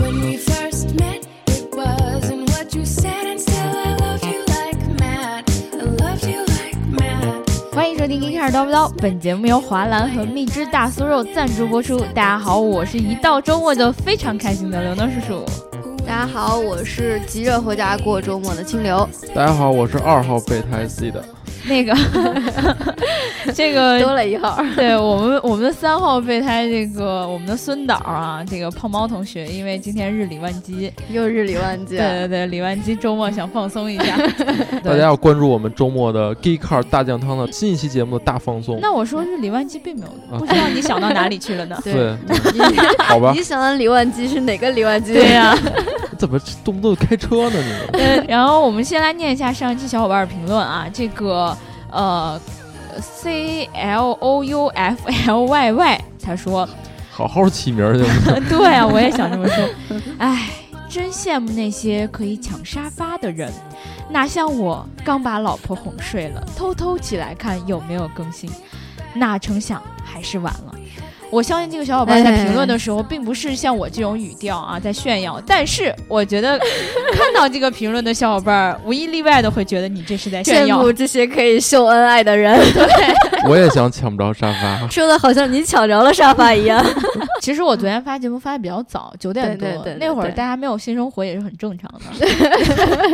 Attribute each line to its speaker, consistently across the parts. Speaker 1: When we first met, it wasn't what you said, and still I love you like mad. I love you like mad.
Speaker 2: 欢迎收听《一开始叨不叨》，本节目由华兰和蜜汁大酥肉赞助播出。大家好，我是一到周末就非常开心的刘能叔叔。
Speaker 3: 大家好，我是急着回家过周末的清流，
Speaker 4: 大家好，我是二号备胎 C 的。
Speaker 2: 那个，这
Speaker 3: 多
Speaker 2: 个，
Speaker 3: 了一号。
Speaker 2: 对我们我们的三号备胎，这个我们的孙导啊，这个胖猫同学，因为今天日理万机，
Speaker 3: 又日理万机？
Speaker 2: 对，对对，理万机周末想放松一下，
Speaker 4: 大
Speaker 2: 对
Speaker 4: 家要关注我们周末的 Geek Car 大酱汤的新一期节目的大放送。
Speaker 2: 那我说日理万机并没有，
Speaker 4: 啊
Speaker 2: 不知道你想到哪里去了呢
Speaker 4: 对，好
Speaker 3: 你
Speaker 4: 吧，
Speaker 3: 你想的李万基是哪个李万基？
Speaker 2: 对呀、
Speaker 4: 怎么动不动开车呢？你们
Speaker 2: 呃，然后我们先来念一下上一期小伙伴评论啊，这个呃，C L O U F L Y Y 他说，
Speaker 4: 好好起名儿行 吗？
Speaker 2: 对啊，我也想这么说，哎，真羡慕那些可以抢沙发的人，哪像我刚把老婆哄睡了，偷偷起来看有没有更新，哪成想还是晚了。我相信这个小伙伴在评论的时
Speaker 3: 哎
Speaker 2: 候，并不是像我这种语调啊，在炫耀。但是我觉得看到这个评论的小伙伴，无一例外的会觉得你这是在炫
Speaker 3: 羡
Speaker 2: 耀
Speaker 3: 慕。这些可以秀恩爱的人，
Speaker 4: 我也想抢不着沙发。
Speaker 3: 说的好像你抢着了沙发一 样。
Speaker 2: 其实我昨天发节目发的比较早，九点多
Speaker 3: 对对对对
Speaker 2: 那会儿，
Speaker 3: 对
Speaker 2: 大家没有性生活也是很正常的。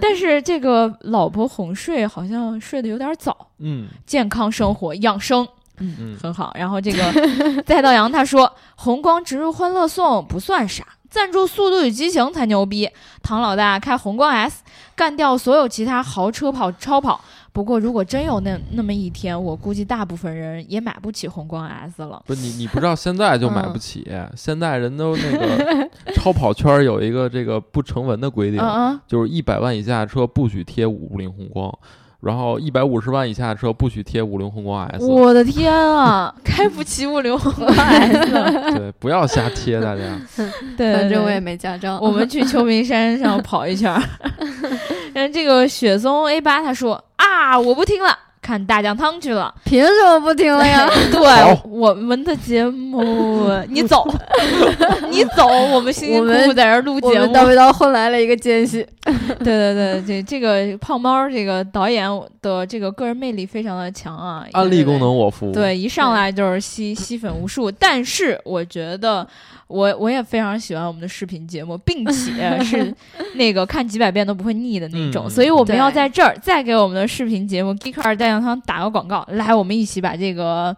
Speaker 2: 但是这个老婆哄睡好像睡得有点早，
Speaker 4: 嗯
Speaker 2: 健康生活养生。
Speaker 4: 嗯，
Speaker 2: 很好。然后这 个再到阳他说，红光植入欢乐颂不算啥，赞助《速度与激情》才牛逼。唐老大开红光 S，干掉所有其他豪车跑超跑。不过如果真有那那么一天，我估计大部分人也买不起红光 S 了。
Speaker 4: 不，你你不知道现在就买不起，
Speaker 2: 嗯
Speaker 4: 现在人都那个 超跑圈儿有一个这个不成文的规定，
Speaker 2: 嗯嗯，
Speaker 4: 就是一百万以下的车不许贴五菱宏光，然后一百五十万以下的车不许贴五菱宏光 S。
Speaker 2: 我的天啊，开不起物流红光 S 了。
Speaker 4: 对，不要瞎贴，大家。
Speaker 2: 对，
Speaker 3: 反正我
Speaker 2: 对
Speaker 3: 也没驾 照。
Speaker 2: 我们去秋名山上跑一圈儿。但这个雪松 A 八他说啊，我不听了，看大酱汤去了。
Speaker 3: 凭什么不听了呀？
Speaker 2: 对
Speaker 4: 好
Speaker 2: 我们的节目，你走，你走，我们辛辛
Speaker 3: 我
Speaker 2: 苦
Speaker 3: 们
Speaker 2: 苦在这儿录
Speaker 3: 我
Speaker 2: 节
Speaker 3: 们
Speaker 2: 目。
Speaker 3: 叨不叨换来了一个间隙，
Speaker 2: 对对对，这这个胖猫儿这个导演的这个个人魅力非常的强啊，
Speaker 4: 安利
Speaker 2: 对对
Speaker 4: 功能我服务。
Speaker 2: 对，一上来就是吸吸粉无数。但是我觉得我我也非常喜欢我们的视频节目，并且是那个看几百遍都不会腻的那种。
Speaker 4: 嗯
Speaker 2: 所以我们
Speaker 3: 对
Speaker 2: 要在这儿再给我们的视频节目《Geek 二代酱汤》打个广告，来，我们一起把这个。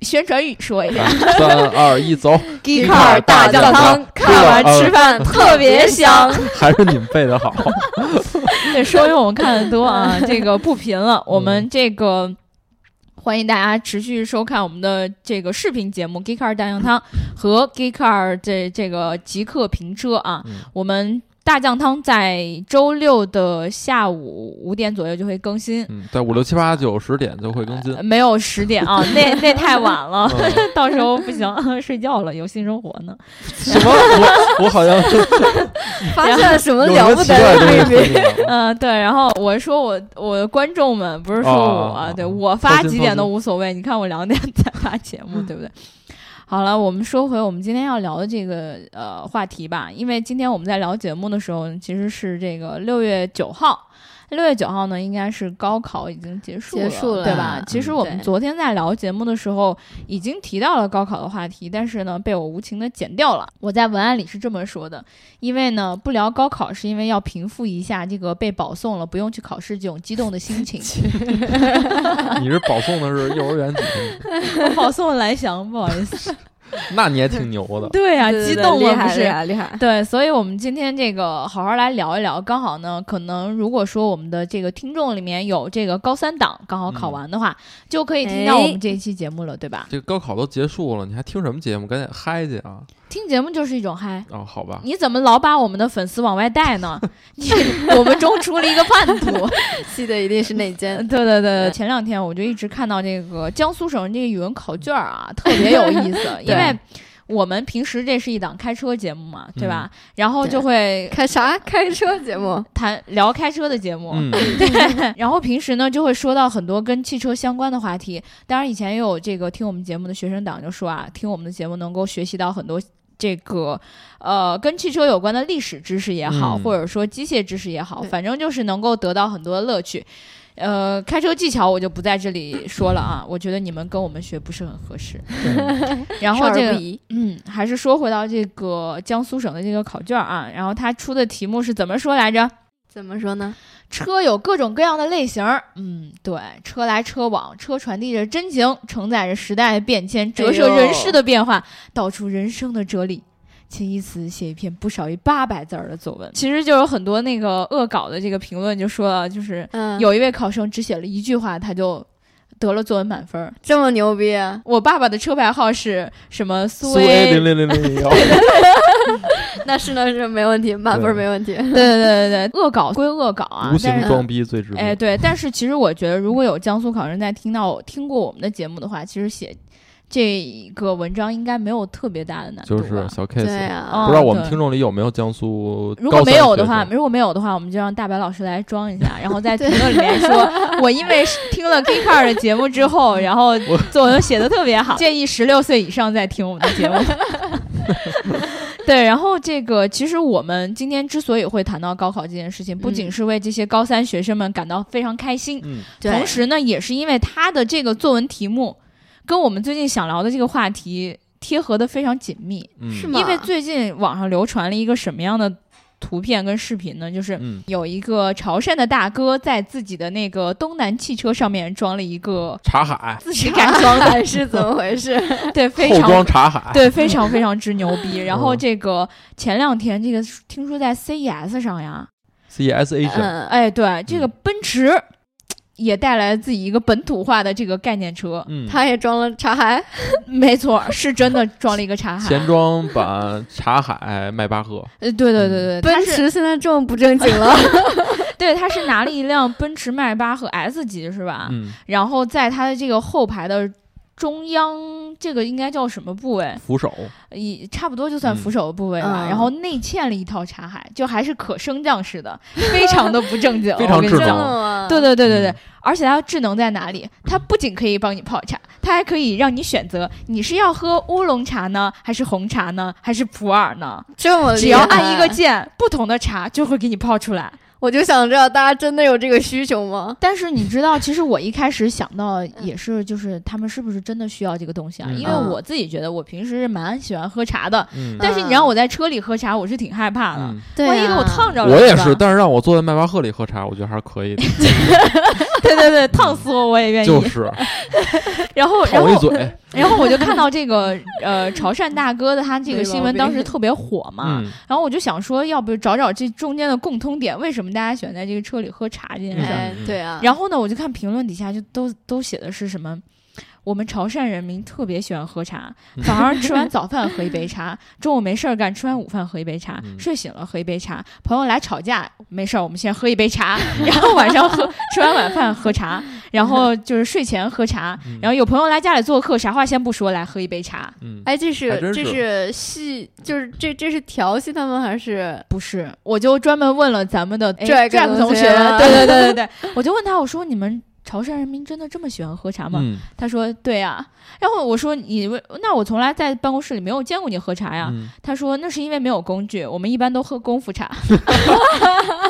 Speaker 2: 宣传语说一下
Speaker 4: 啊三二一，走！
Speaker 2: ，Geek
Speaker 4: 二
Speaker 2: 大
Speaker 4: 大
Speaker 2: 酱
Speaker 4: 酱
Speaker 2: 汤
Speaker 4: 汤，
Speaker 2: 看完吃
Speaker 3: 嗯
Speaker 2: 饭特别香。
Speaker 4: 还是你们背的好。
Speaker 2: 对，说明我们看的多啊，这个不贫了。我们这个欢迎大家持续收看我们的这个视频节目《Geek 二大酱汤》和《Geek 二》这这个极客评车啊，
Speaker 4: 嗯
Speaker 2: 我们。大酱汤在周六的下午五点左右就会更新，
Speaker 4: 嗯，在五六七八九十点就会 更新。
Speaker 2: 呃没有十点啊，那那太晚了，
Speaker 4: 嗯
Speaker 2: 到时候不行， 睡觉了，有性生活呢。
Speaker 4: 什么？我我好像
Speaker 3: 发现了什么
Speaker 4: 有
Speaker 3: 了
Speaker 4: 什
Speaker 3: 不得
Speaker 4: 么奇怪
Speaker 3: 的
Speaker 4: 的
Speaker 3: 秘
Speaker 4: 东
Speaker 3: 密？
Speaker 4: 西吗？
Speaker 2: 嗯、对，然后我说我我的观众们不是说我，啊
Speaker 4: 哦哦哦
Speaker 2: 对
Speaker 4: 哦
Speaker 2: 我
Speaker 4: 放
Speaker 2: 发
Speaker 4: 心
Speaker 2: 几
Speaker 4: 放
Speaker 2: 点都
Speaker 4: 心
Speaker 2: 无所谓，你看我两点才发节 目，对不对？好了，我们说回我们今天要聊的这个呃话题吧，因为今天我们在聊节目的时候，其实是这个六月九号。六月九号呢，应该是高考已经结束
Speaker 3: 结束了
Speaker 2: 对吧？
Speaker 3: 嗯
Speaker 2: 其实我们
Speaker 3: 对
Speaker 2: 昨天在聊节目的时候，已经提到了高考的话题，但是呢，被我无情的剪掉了。我在文案里是这么说的，因为呢，不聊高考是因为要平复一下这个被保送了，不用去考试这种激动的心 情。
Speaker 4: 你是保送的是幼儿园几年级？
Speaker 2: 我保送了蓝翔，不好意思。
Speaker 4: 那你也挺牛的。
Speaker 2: 对呀、
Speaker 3: 对对
Speaker 2: 激
Speaker 3: 对
Speaker 2: 动
Speaker 3: 厉
Speaker 2: 了不
Speaker 3: 害嗯厉
Speaker 2: 是？
Speaker 3: 害厉 害！
Speaker 2: 对，所以，我们今天这个好好来聊一聊。刚好呢，可能如果说我们的这个听众里面有这个高三党刚好考完的话，就可以听到我们这一期节目了，对吧？
Speaker 4: 这个高考都结束了，你还听什么节目？赶紧嗨去啊！
Speaker 2: 听节目就是一种嗨。
Speaker 4: 哦，好吧，
Speaker 2: 你怎么老把我们的粉丝往外带呢？你 我们中出了一个叛徒。
Speaker 3: 记得一定是内
Speaker 2: 呃
Speaker 3: 奸。
Speaker 2: 对对对，
Speaker 3: 对
Speaker 2: 前两天我就一直看到这个江苏省这个语文考卷儿啊，特别有意思，因为我们平时这是一档开车节目嘛，对吧？然后就会
Speaker 3: 开啥开车节目？
Speaker 2: 谈聊开车的节目，
Speaker 4: 嗯，
Speaker 2: 然后平时呢就会说到很多跟汽车相关的话题。当然，以前也有这个听我们节目的学生党就说啊，听我们的节目能够学习到很多这个呃跟汽车有关的历史知识也好，
Speaker 4: 嗯
Speaker 2: 或者说机械知识也好，
Speaker 3: 对
Speaker 2: 反正就是能够得到很多的乐趣。呃，开车技巧我就不在这里说了啊，我觉得你们跟我们学不是很合适。
Speaker 4: 嗯
Speaker 2: 然后
Speaker 3: 少儿
Speaker 2: 这
Speaker 3: 不
Speaker 2: 个，
Speaker 3: 宜
Speaker 2: 嗯，还是说回到这个江苏省的这个考卷啊，然后他出的题目是怎么说来着？
Speaker 3: 怎么说呢？
Speaker 2: 车有各种各样的类型儿，嗯，对，车来车往，车传递着真情，承载着时代的变迁，折射人世的变化，道出人生的哲理。请以此写一篇不少于八百字儿的作文。其实就有很多那个恶搞的这个评论就说了，就是
Speaker 3: 嗯，
Speaker 2: 有一位考生只写了一句话，他就得了作文满分儿。
Speaker 3: 这么牛逼啊？
Speaker 2: 我爸爸的车牌号是什么？苏
Speaker 4: 苏 A 零零零零幺，
Speaker 3: 那是那是没问题，满分
Speaker 4: 对
Speaker 3: 儿没问题。
Speaker 2: 对对对对对，恶搞归恶搞啊，
Speaker 4: 无
Speaker 2: 但
Speaker 4: 形
Speaker 2: 是
Speaker 4: 装逼最致
Speaker 2: 哎，
Speaker 4: 命。
Speaker 2: 对，但是其实我觉得，如果有江苏考生在听到听过我们的节目的话，其实写这个文章应该没有特别大的难度
Speaker 4: 就
Speaker 2: 吧。
Speaker 4: 是小
Speaker 3: 对
Speaker 4: case，
Speaker 3: 啊，
Speaker 4: 不知道我们
Speaker 2: 对
Speaker 4: 听众里有没有江苏
Speaker 2: 如
Speaker 4: 高
Speaker 2: 果
Speaker 4: 三
Speaker 2: 没有的
Speaker 4: 学
Speaker 2: 话，
Speaker 4: 生
Speaker 2: 如果没有的话，我们就让大白老师来装一下，然后在评论里面说，我因为是听了 K Car 的节目之后，然后作文写的特别 好，建议十六岁以上再听我们的节目。 对，然后这个其实我们今天之所以会谈到高考这件事情，不仅
Speaker 3: 嗯
Speaker 2: 是为这些高三学生们感到非常开心，
Speaker 4: 嗯，
Speaker 3: 对
Speaker 2: 同时呢，也是因为他的这个作文题目跟我们最近想聊的这个话题贴合的非常紧密。
Speaker 4: 嗯
Speaker 3: 是吗
Speaker 2: 因为最近网上流传了一个什么样的图片跟视频呢？就是
Speaker 4: 嗯，
Speaker 2: 有一个潮汕的大哥在自己的那个东南汽车上面装了一个
Speaker 4: 茶海，
Speaker 2: 自己 改装的，
Speaker 3: 还哎是怎么回事？
Speaker 2: 对，非
Speaker 4: 后
Speaker 2: 常
Speaker 4: 装茶海，
Speaker 2: 对，非常非常之牛 逼。然后
Speaker 4: 嗯
Speaker 2: 这个前两天这个听说在 CES 上呀，
Speaker 4: CES E Asia，
Speaker 3: 嗯，
Speaker 2: 哎，对，这个
Speaker 4: 嗯
Speaker 2: 奔驰也带来自己一个本土化的这个概念车，
Speaker 4: 嗯，
Speaker 3: 他也装了茶海，
Speaker 2: 没错， 是真的装了一个茶海。
Speaker 4: 钱嗯庄版茶海迈巴赫，
Speaker 2: 呃，对对
Speaker 4: 嗯
Speaker 2: 对对，它
Speaker 3: 奔
Speaker 2: 是
Speaker 3: 驰现在这么不正经 了。
Speaker 2: 对，它是拿了一辆奔驰迈巴赫 S 级是吧？
Speaker 4: 嗯，
Speaker 2: 然后在它的这个后排的。中央这个应该叫什么部位？
Speaker 4: 扶手，
Speaker 2: 以差不多就算
Speaker 4: 嗯
Speaker 2: 扶手的部位吧。
Speaker 3: 嗯
Speaker 2: 然后内嵌了一套茶海，就还是可升降式的，非常的不正经。
Speaker 4: 非常
Speaker 2: 我跟你
Speaker 4: 智
Speaker 2: 说
Speaker 4: 能
Speaker 2: 对
Speaker 3: 对
Speaker 2: 对对对对，
Speaker 4: 嗯
Speaker 2: 而且它智能在哪里？它不仅可以帮你泡茶，它还可以让你选择你是要喝乌龙茶呢，还是红茶呢，还是普洱呢？
Speaker 3: 这么厉害
Speaker 2: 只要呃按一个，键，不同的茶就会给你泡出来。
Speaker 3: 我就想知道大家真的有这个需求吗？
Speaker 2: 但是你知道，其实我一开始想到也是，就是他们是不是真的需要这个东西啊？
Speaker 4: 嗯
Speaker 2: 因为
Speaker 3: 嗯
Speaker 2: 我自己觉得我平时是蛮喜欢喝茶的，
Speaker 4: 嗯
Speaker 2: 但是你让我在车里喝茶，我是挺害怕的。
Speaker 4: 嗯，
Speaker 3: 对
Speaker 2: 万一给我烫着了，
Speaker 4: 我也
Speaker 2: 吧
Speaker 4: 是，但是让我坐在迈巴赫里喝茶，我觉得还是可以的，
Speaker 2: 对对对，烫死我我也愿意。
Speaker 4: 就是
Speaker 2: 哎然后，然
Speaker 4: 跑
Speaker 2: 后
Speaker 4: 一嘴，
Speaker 2: 然后我就看到这个呃潮汕大哥的他这个
Speaker 3: 没
Speaker 2: 新
Speaker 3: 毛
Speaker 2: 闻当时
Speaker 3: 病
Speaker 2: 特别火嘛，
Speaker 4: 嗯，
Speaker 2: 然后我就想说，要不找找这中间的共通点，为什么大家喜欢在这个车里喝茶这件事儿？
Speaker 3: 哎
Speaker 4: 嗯，
Speaker 3: 对啊，
Speaker 2: 然后呢，我就看评论底下就都都写的是什么。我们潮汕人民特别喜欢喝 茶，
Speaker 4: 嗯
Speaker 2: 早上吃完早饭喝一杯茶，中午没事儿干吃完午饭喝一杯茶，
Speaker 4: 嗯
Speaker 2: 睡醒了喝一杯茶，朋友来吵架没事儿我们先喝一杯茶， 然后晚上喝 吃完晚饭喝茶，然后就是睡前喝茶，
Speaker 4: 嗯
Speaker 2: 然后有朋友来家里做客，啥话先不说，来喝一杯茶。
Speaker 4: 嗯，
Speaker 3: 哎，这
Speaker 4: 还
Speaker 3: 是
Speaker 4: 真
Speaker 3: 这
Speaker 4: 是
Speaker 3: 是戏，就是这这是调戏他们还是
Speaker 2: 不是，我就专门问了咱们的哎
Speaker 3: Jack
Speaker 2: Jack 同
Speaker 3: 同
Speaker 2: 学，
Speaker 3: 学啊
Speaker 2: 对对对对对，我就问他，我说你们潮汕人民真的这么喜欢喝茶吗？
Speaker 4: 嗯
Speaker 2: 他说对呀、然后我说你为那我从来在办公室里没有见过你喝茶哎呀。
Speaker 4: 嗯
Speaker 2: 他说那是因为没有工具，我们一般都喝功夫茶。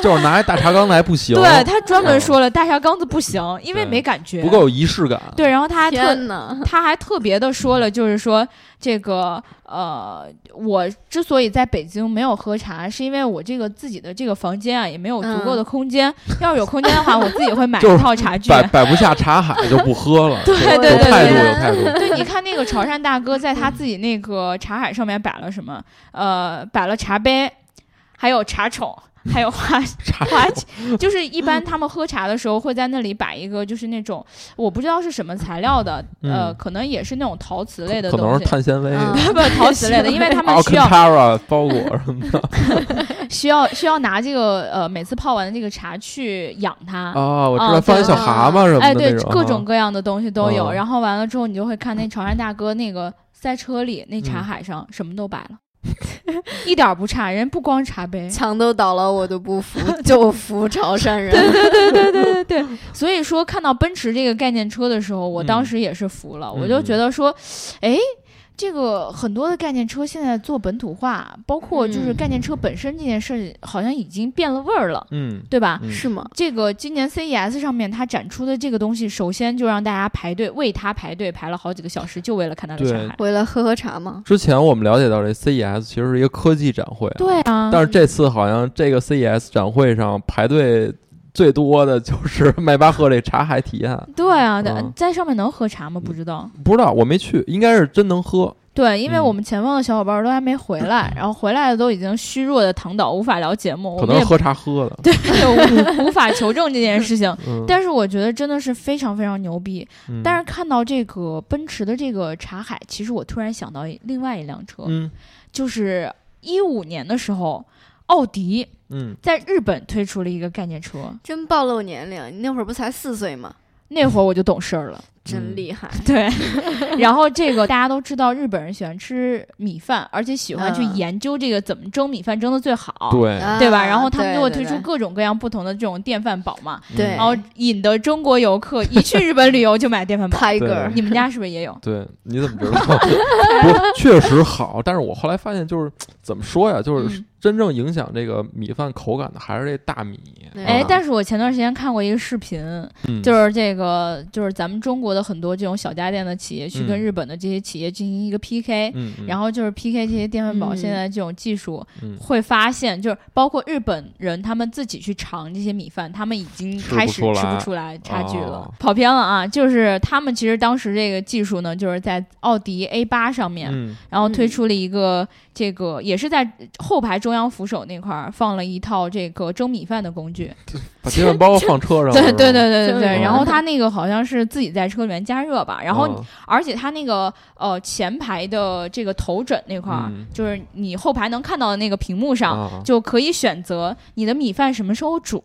Speaker 4: 就是拿一大茶缸来不行，
Speaker 2: 对他专门说了大茶缸子不行，因为
Speaker 4: 啊对
Speaker 2: 没感觉
Speaker 4: 不。够有仪式感，
Speaker 2: 对，然后他还特
Speaker 3: 天 呐，
Speaker 2: 他还特别的说
Speaker 4: 嗯
Speaker 2: 了，就是说这个呃，我之所以在北京没有喝茶，是因为我这个自己的这个房间啊也没有足够的空间。要是有空间的话，我自己会买
Speaker 4: 就
Speaker 2: 一
Speaker 4: 是
Speaker 2: 套茶具。
Speaker 4: 摆摆不下茶海就不喝了，
Speaker 2: 对
Speaker 4: 有
Speaker 2: 对对
Speaker 4: 态度哎
Speaker 2: 对
Speaker 4: 有态度，
Speaker 2: 对，你看那个潮汕大哥在他自己那个茶海上面摆了什么？呃，摆了茶杯，还有茶宠，还有 花
Speaker 4: 茶
Speaker 2: 花器。就是一般他们喝茶的时候会在那里摆一个，就是那种我不知道是什么材料的，呃，
Speaker 4: 嗯
Speaker 2: 可能也是那种陶瓷类的
Speaker 4: 可能
Speaker 2: 东
Speaker 4: 是哦
Speaker 2: 西。
Speaker 4: 碳纤维。
Speaker 3: 嗯
Speaker 2: 不陶瓷类的，因为他们需要
Speaker 4: Alcantara 包裹什么的
Speaker 2: 需要需要拿这个呃每次泡完的这个茶去养它。
Speaker 4: 啊，我知
Speaker 2: 啊
Speaker 4: 道，放
Speaker 2: 对
Speaker 4: 点小蛤蟆什么的
Speaker 2: 哎，对
Speaker 4: 那，种，啊
Speaker 2: 各种各样的东西都有。
Speaker 4: 嗯
Speaker 2: 然后完了之后，你就会看那潮汕大哥那个在车里那
Speaker 4: 嗯
Speaker 2: 茶海上什么都摆了， 一点儿不差。人不光茶杯，
Speaker 3: 墙都倒了我都不服， 就服潮汕人。
Speaker 2: 对对，所以
Speaker 4: 嗯
Speaker 2: 说看到奔驰这个概念车的时候，我当时也是服了，我就觉得说，哎，这个很多的概念车现在做本土化，包括就是
Speaker 3: 嗯
Speaker 2: 概念车本身这件事儿，好像已经变了味儿了，
Speaker 4: 嗯，
Speaker 2: 对吧？
Speaker 4: 嗯
Speaker 3: 是吗？
Speaker 2: 这个今年 CES 上面它展出的这个东西，首先就让大家排队为它排队排了好几个小时，就为了看它的
Speaker 4: 对
Speaker 2: 产海。
Speaker 3: 为了喝喝茶吗？
Speaker 4: 之前我们了解到这 CES 其实是一个科技展会啊，
Speaker 2: 对啊，
Speaker 4: 但是这次好像这个 CES 展会上排队最多的就是迈巴赫这茶海体验，
Speaker 2: 对啊，对
Speaker 4: 嗯
Speaker 2: 在上面能喝茶吗？不知道。
Speaker 4: 不知道我没去，应该是真能喝。
Speaker 2: 对，因为
Speaker 4: 嗯
Speaker 2: 我们前方的小伙伴都还没回 来，然后回来的都已经虚弱的躺倒，无法聊节目，我
Speaker 4: 可
Speaker 2: 们
Speaker 4: 能
Speaker 2: 也
Speaker 4: 是喝茶喝的。
Speaker 2: 对就无无法求证这件事情。
Speaker 4: 嗯，
Speaker 2: 但是我觉得真的是非常非常牛逼。
Speaker 4: 嗯
Speaker 2: 但是看到这个奔驰的这个茶海，其实我突然想到一另外一辆车，
Speaker 4: 嗯
Speaker 2: 就是一五年的时候，奥迪
Speaker 4: 嗯，
Speaker 2: 在日本推出了一个概念车，
Speaker 3: 真暴露年龄，你那会儿不才四岁吗？
Speaker 2: 那会儿我就懂事儿了。
Speaker 3: 真
Speaker 4: 嗯
Speaker 3: 厉害，
Speaker 2: 对， 然后这个大家都知道，日本人喜欢吃米饭，而且喜欢去
Speaker 3: 嗯
Speaker 2: 研究这个怎么蒸米饭蒸的最好，
Speaker 4: 对，
Speaker 3: 啊
Speaker 2: 对吧？然后他们就会
Speaker 3: 对
Speaker 2: 推
Speaker 3: 对
Speaker 2: 出各种各样不同的这种电饭煲嘛，
Speaker 4: 嗯
Speaker 3: 对
Speaker 2: 然后引得中国游客一去日本旅游就买电饭煲。
Speaker 4: 对
Speaker 3: Tiger，
Speaker 2: 你们家是不是 也有？
Speaker 4: 对，你怎 么知道？不是，确实好。但是我后来发现，就是怎么说呀，就是
Speaker 2: 嗯
Speaker 4: 真正影响这个米饭口感的还是这大米。
Speaker 3: 对
Speaker 2: 哎
Speaker 4: 啊，
Speaker 2: 但是我前段时间看过一个视频，
Speaker 4: 嗯
Speaker 2: 就是这个，就是咱们中国的很多这种小家电的企业去跟
Speaker 4: 嗯
Speaker 2: 日本的这些企业进行一个 PK，、
Speaker 4: 嗯，嗯
Speaker 2: 然后就是 PK 这些电饭煲
Speaker 3: 嗯
Speaker 2: 现在这种技术，
Speaker 4: 嗯
Speaker 2: 会发现就是包括日本人他们自己去尝这些米饭，他们已经
Speaker 4: 吃不
Speaker 2: 开始
Speaker 4: 出
Speaker 2: 吃
Speaker 4: 来
Speaker 2: 不出来差距了，
Speaker 4: 哦
Speaker 2: 跑偏了啊！就是他们其实当时这个技术呢，就是在奥迪 A 八上面，
Speaker 4: 嗯
Speaker 2: 然后推出了一个这个也是在后排中央扶手那块儿放了一套这个蒸米饭的工具，
Speaker 4: 把电饭煲放车上了
Speaker 2: 对
Speaker 4: 是吧，哦
Speaker 2: 对对对对
Speaker 3: 蒸
Speaker 2: 对，
Speaker 4: 米
Speaker 2: 然后
Speaker 4: 饭
Speaker 2: 他那个好像是自己在车里面加热吧，然后
Speaker 4: 啊
Speaker 2: 而且它那个呃前排的这个头枕那块儿，
Speaker 4: 嗯
Speaker 2: 就是你后排能看到的那个屏幕啊上。
Speaker 4: 啊
Speaker 2: 就可以选择你的米饭什么时候煮，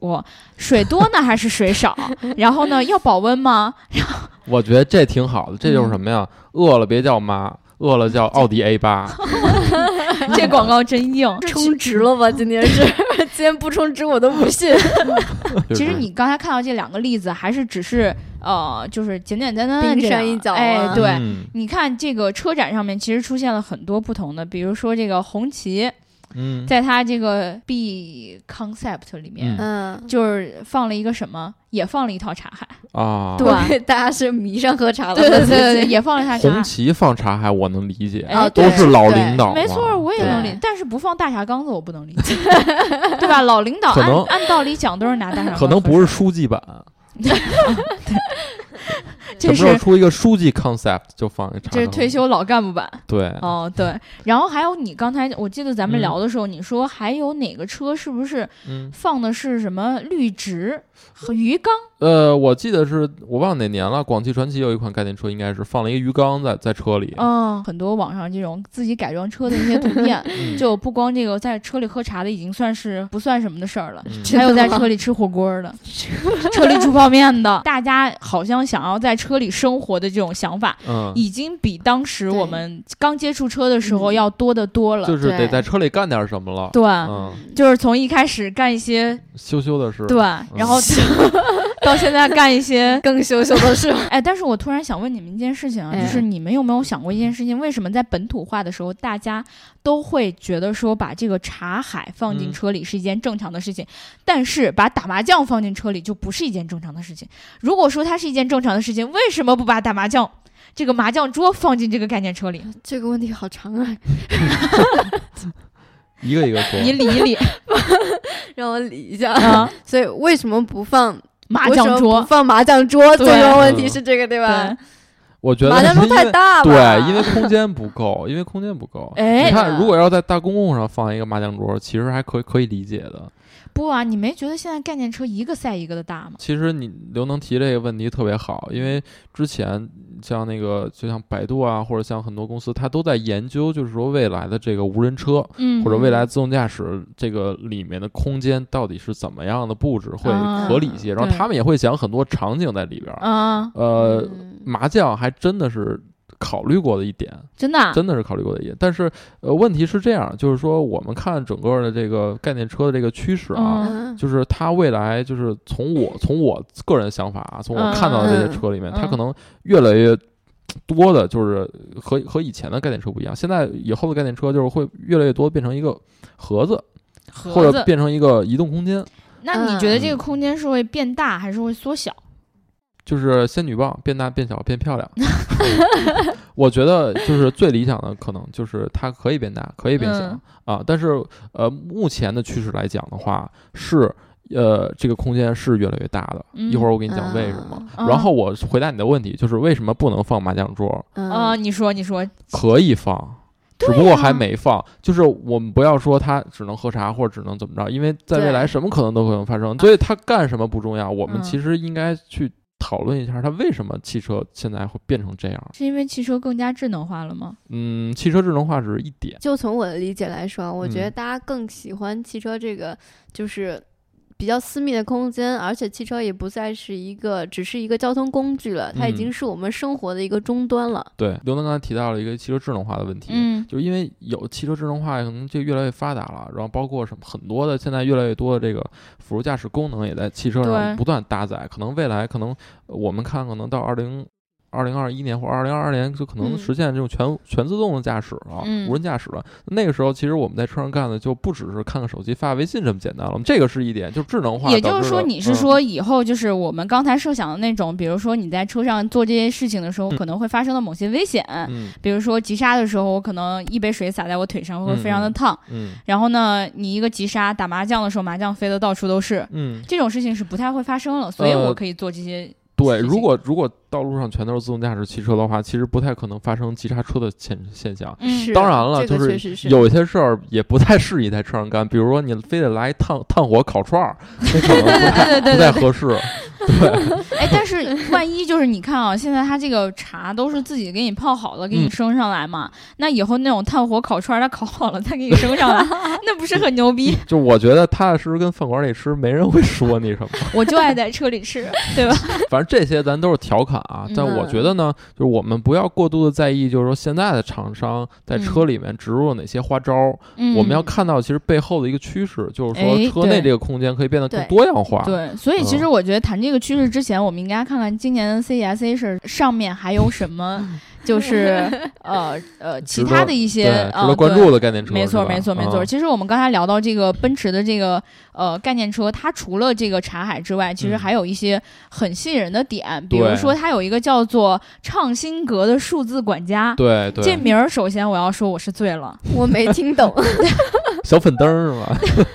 Speaker 2: 水多呢还是水少？然后呢，要保温吗？
Speaker 4: 我觉得这挺好的，这
Speaker 2: 嗯
Speaker 4: 就是什么呀？饿了别叫妈，饿了叫奥迪 A 八。
Speaker 2: 这广告真硬。
Speaker 3: 充值了吧？ 今天是，今天不充值我都不信。
Speaker 4: 就
Speaker 2: 其
Speaker 4: 是
Speaker 2: 实你刚才看到这两个例子，还是只是呃，就是简简单单的
Speaker 3: 冰
Speaker 2: 这样
Speaker 3: 山一角
Speaker 2: 哎，
Speaker 3: 啊
Speaker 2: 对，
Speaker 4: 嗯
Speaker 2: 你看这个车展上面其实出现了很多不同的，比如说这个红旗，
Speaker 4: 嗯，
Speaker 2: 在它这个 B concept 里面，
Speaker 4: 嗯
Speaker 3: 嗯，
Speaker 2: 就是放了一个什么，也放了一套茶海，
Speaker 4: 啊，
Speaker 2: 对吧
Speaker 3: 我给大家是迷上喝茶了。
Speaker 2: 对对对对，也放了一套茶
Speaker 4: 红
Speaker 2: 海。
Speaker 4: 旗放茶海我能理解，
Speaker 2: 哎
Speaker 3: 啊，
Speaker 4: 都
Speaker 3: 对
Speaker 4: 是老领导嘛，
Speaker 2: 没错，我也能理
Speaker 3: 对
Speaker 2: 解，但是不放大茶缸子我不能理解， 对吧？老领导
Speaker 4: 可
Speaker 2: 按
Speaker 4: 能
Speaker 2: 按道理讲都是拿大茶缸，
Speaker 4: 可能不是，书记版，什
Speaker 2: 这
Speaker 4: 么时候
Speaker 2: 是
Speaker 4: 出一个书记 concept 就放一茶
Speaker 2: 这是
Speaker 4: 缸
Speaker 2: 退休老干部版。
Speaker 4: 对，
Speaker 2: 哦，对，然后还有你刚才我记得咱们
Speaker 4: 嗯
Speaker 2: 聊的时候，你说还有哪个车是不是
Speaker 4: 嗯，
Speaker 2: 放的是什么绿植和鱼缸？
Speaker 4: 呃，我记得是我忘了哪年了，广汽传祺有一款概念车，应该是放了一个鱼缸在在车里，
Speaker 2: 嗯，很多网上这种自己改装车的那些图片，
Speaker 4: 嗯
Speaker 2: 就不光这个在车里喝茶的已经算是不算什么的事儿了。
Speaker 4: 嗯
Speaker 2: 还有在车里吃火锅儿 的，车里煮泡面的，大家好像想要在车里生活的这种想法，
Speaker 4: 嗯，
Speaker 2: 已经比当时我
Speaker 3: 对
Speaker 2: 们刚接触车的时候
Speaker 3: 嗯
Speaker 2: 要多得多了。
Speaker 4: 就是得
Speaker 3: 对
Speaker 4: 在车里干点什么了，
Speaker 2: 对，啊
Speaker 4: 嗯，
Speaker 2: 就是从一开始干一些
Speaker 4: 羞羞的是，嗯
Speaker 2: 对，然后到 现在干一些。
Speaker 3: 更羞羞的是，
Speaker 2: 哎，但是我突然想问你们一件事情啊，就
Speaker 3: 哎
Speaker 2: 是你们有没有想过一件事情？为什么在本土化的时候，大家都会觉得说把这个茶海放进
Speaker 4: 嗯
Speaker 2: 车里是一件正常的事情，但是把打麻将放进车里就不是一件正常的事情？如果说它是一件正常的事情，为什么不把打麻将这个麻将桌放进这个概念车里？
Speaker 3: 这个问题好长啊，
Speaker 4: 一个一个说，
Speaker 2: 你理一 理
Speaker 3: 让我理一下。
Speaker 2: 啊，
Speaker 3: 所以为什么不放
Speaker 2: 麻
Speaker 3: 为什么
Speaker 2: 将桌
Speaker 3: 不。放麻将桌？
Speaker 2: 对
Speaker 3: 最终问题是这个对吧？
Speaker 4: 我觉得
Speaker 3: 麻将桌
Speaker 4: 是因
Speaker 3: 太
Speaker 4: 为
Speaker 3: 大了，
Speaker 4: 对，因为空间不够，因为空间不够。
Speaker 2: 哎
Speaker 4: 你看，如果要在大公共上放一个麻将桌，其实还可以可以理解的。
Speaker 2: 不啊，你没觉得现在概念车一个赛一个的大吗？
Speaker 4: 其实你刘能提这个问题特别好，因为之前像那个，就像百度啊，或者像很多公司，它都在研究，就是说未来的这个无人车
Speaker 2: 嗯
Speaker 4: 或者未来自动驾驶这个里面的空间到底是怎么样的布置会
Speaker 2: 啊
Speaker 4: 合理一些，然后
Speaker 2: 对
Speaker 4: 他们也会想很多场景在里边儿。
Speaker 2: 啊，
Speaker 4: 呃，
Speaker 3: 嗯
Speaker 4: 麻将还真的是考虑过的一点，
Speaker 2: 真的啊
Speaker 4: 真的是考虑过的一点。但是呃，问题是这样，就是说我们看整个的这个概念车的这个趋势啊。
Speaker 3: 嗯
Speaker 4: 就是它未来，就是从我从我个人想法啊，从我
Speaker 2: 嗯
Speaker 4: 看到的这
Speaker 3: 嗯
Speaker 4: 些车里面，它
Speaker 2: 嗯
Speaker 4: 可能越来越多的就是和和以前的概念车不一样，现在以后的概念车就是会越来越多变成一个盒子，或
Speaker 5: 盒
Speaker 4: 者
Speaker 5: 子。
Speaker 4: 变成一个移动空间，
Speaker 5: 那你觉得这
Speaker 4: 嗯
Speaker 5: 个空间是会变大还是会缩小？
Speaker 4: 就是仙女棒变大变小变 漂亮。我觉得就是最理想的可能就是它可以变大，可以变小、
Speaker 5: 嗯
Speaker 4: 啊，但是呃，目前的趋势来讲的话是。呃，这个空间是越来越大的，
Speaker 5: 嗯
Speaker 4: 一会儿我给你讲为什么。
Speaker 5: 嗯
Speaker 4: 然后我回答你的问题，就是为什么不能放麻将桌？
Speaker 5: 啊、
Speaker 3: 嗯
Speaker 5: 你说，你说，
Speaker 4: 可以放，只不
Speaker 5: 啊
Speaker 4: 过还没放。就是我们不要说它只能喝茶或者只能怎么着，因为在未来什么可能都可能发生，所以它干什么不重要。我们
Speaker 5: 啊嗯
Speaker 4: 其实应该去讨论一下，它为什么汽车现在会变成这样。
Speaker 5: 是因为汽车更加智能化了吗？
Speaker 4: 嗯，汽车智能化只是一点，
Speaker 3: 就从我的理解来说，我觉得
Speaker 4: 嗯
Speaker 3: 大家更喜欢汽车这个，就是比较私密的空间，而且汽车也不再是一个只是一个交通工具了，它已
Speaker 4: 嗯
Speaker 3: 经是我们生活的一个终端了。
Speaker 4: 对。刘能刚才提到了一个汽车智能化的问题。
Speaker 5: 嗯
Speaker 4: 就因为有汽车智能化，可能就越来越发达了，然后包括什么很多的现在越来越多的这个辅助驾驶功能也在汽车
Speaker 5: 对
Speaker 4: 上不断搭载，可能未来可能呃我们看可能到二零。二零二一年或二零二二年就可能
Speaker 3: 嗯
Speaker 4: 实现这种全、全自动的驾驶了，
Speaker 5: 嗯
Speaker 4: 无人驾驶了。那个时候，其实我们在车上干的就不只是看看手机、发微信这么简单了。这个是一点，就智能化导
Speaker 2: 也
Speaker 4: 致了。
Speaker 2: 就是说，你是
Speaker 4: 嗯
Speaker 2: 说以后就是我们刚才设想的那种，比如说你在车上做这些事情的时候，
Speaker 4: 嗯
Speaker 2: 可能会发生的某些危险，
Speaker 4: 嗯
Speaker 2: 比如说急刹的时候，我可能一杯水洒在我腿上会非常的烫，
Speaker 4: 嗯
Speaker 2: 然后呢，你一个急刹打麻将的时候，麻将飞的到处都是，
Speaker 4: 嗯，
Speaker 2: 这种事情是不太会发生了，所以
Speaker 4: 呃
Speaker 2: 我可以做这些。
Speaker 4: 对。
Speaker 2: 是
Speaker 4: 如果如果道路上全都是自动驾驶汽车的话，其实不太可能发生急刹车的现现象。
Speaker 2: 嗯
Speaker 3: 是
Speaker 4: 当然了，
Speaker 3: 这个
Speaker 4: 就
Speaker 3: 确实是
Speaker 4: 有一些事儿也不太适宜在车上干，比如说你非得来一趟炭火烤 串儿，那可能不太不太合适。
Speaker 2: 哎，但是万一就是你看啊，现在它这个茶都是自己给你泡好了，给你
Speaker 4: 嗯
Speaker 2: 升上来嘛。那以后那种炭火烤串儿，它烤好了再给你升 上来，那不是很牛逼？
Speaker 4: 就我觉得踏踏实实跟饭馆里吃，没人会说你什么。
Speaker 2: 我就爱在车里吃，对吧？
Speaker 4: 反正这些咱都是调侃啊，但
Speaker 3: 嗯
Speaker 4: 我觉得呢，就是我们不要过度的在意，就是说现在的厂商在车里面植入了哪些花招儿，
Speaker 2: 嗯，
Speaker 4: 我们要看到其实背后的一个趋势，就是
Speaker 2: 哎
Speaker 4: 说车内
Speaker 2: 对
Speaker 4: 这个空间可以变得更
Speaker 3: 对
Speaker 4: 多样化。
Speaker 2: 对，所以其实
Speaker 4: 嗯
Speaker 2: 我觉得谈这个趋势之前，我们应该看看今年的 CES 是上面还有什么， 就是呃呃其
Speaker 4: 值
Speaker 2: 他
Speaker 4: 得
Speaker 2: 的一些
Speaker 4: 对，值
Speaker 2: 呃
Speaker 4: 得关
Speaker 2: 对
Speaker 4: 注的概念车。
Speaker 2: 没错，
Speaker 4: 是吧
Speaker 2: 没错，没错。
Speaker 4: 嗯
Speaker 2: 其实我们刚才聊到这个奔驰的这个呃概念车，它除了这个茶海之外，其实
Speaker 4: 嗯
Speaker 2: 还有一些很吸引人的点，比如
Speaker 4: 对
Speaker 2: 说它有一个叫做“创新阁”的数字管家。
Speaker 4: 对
Speaker 2: 这
Speaker 4: 对，
Speaker 2: 名儿，首先我要说我是醉 了，
Speaker 3: 我没听懂，
Speaker 4: 小粉灯儿 是吧？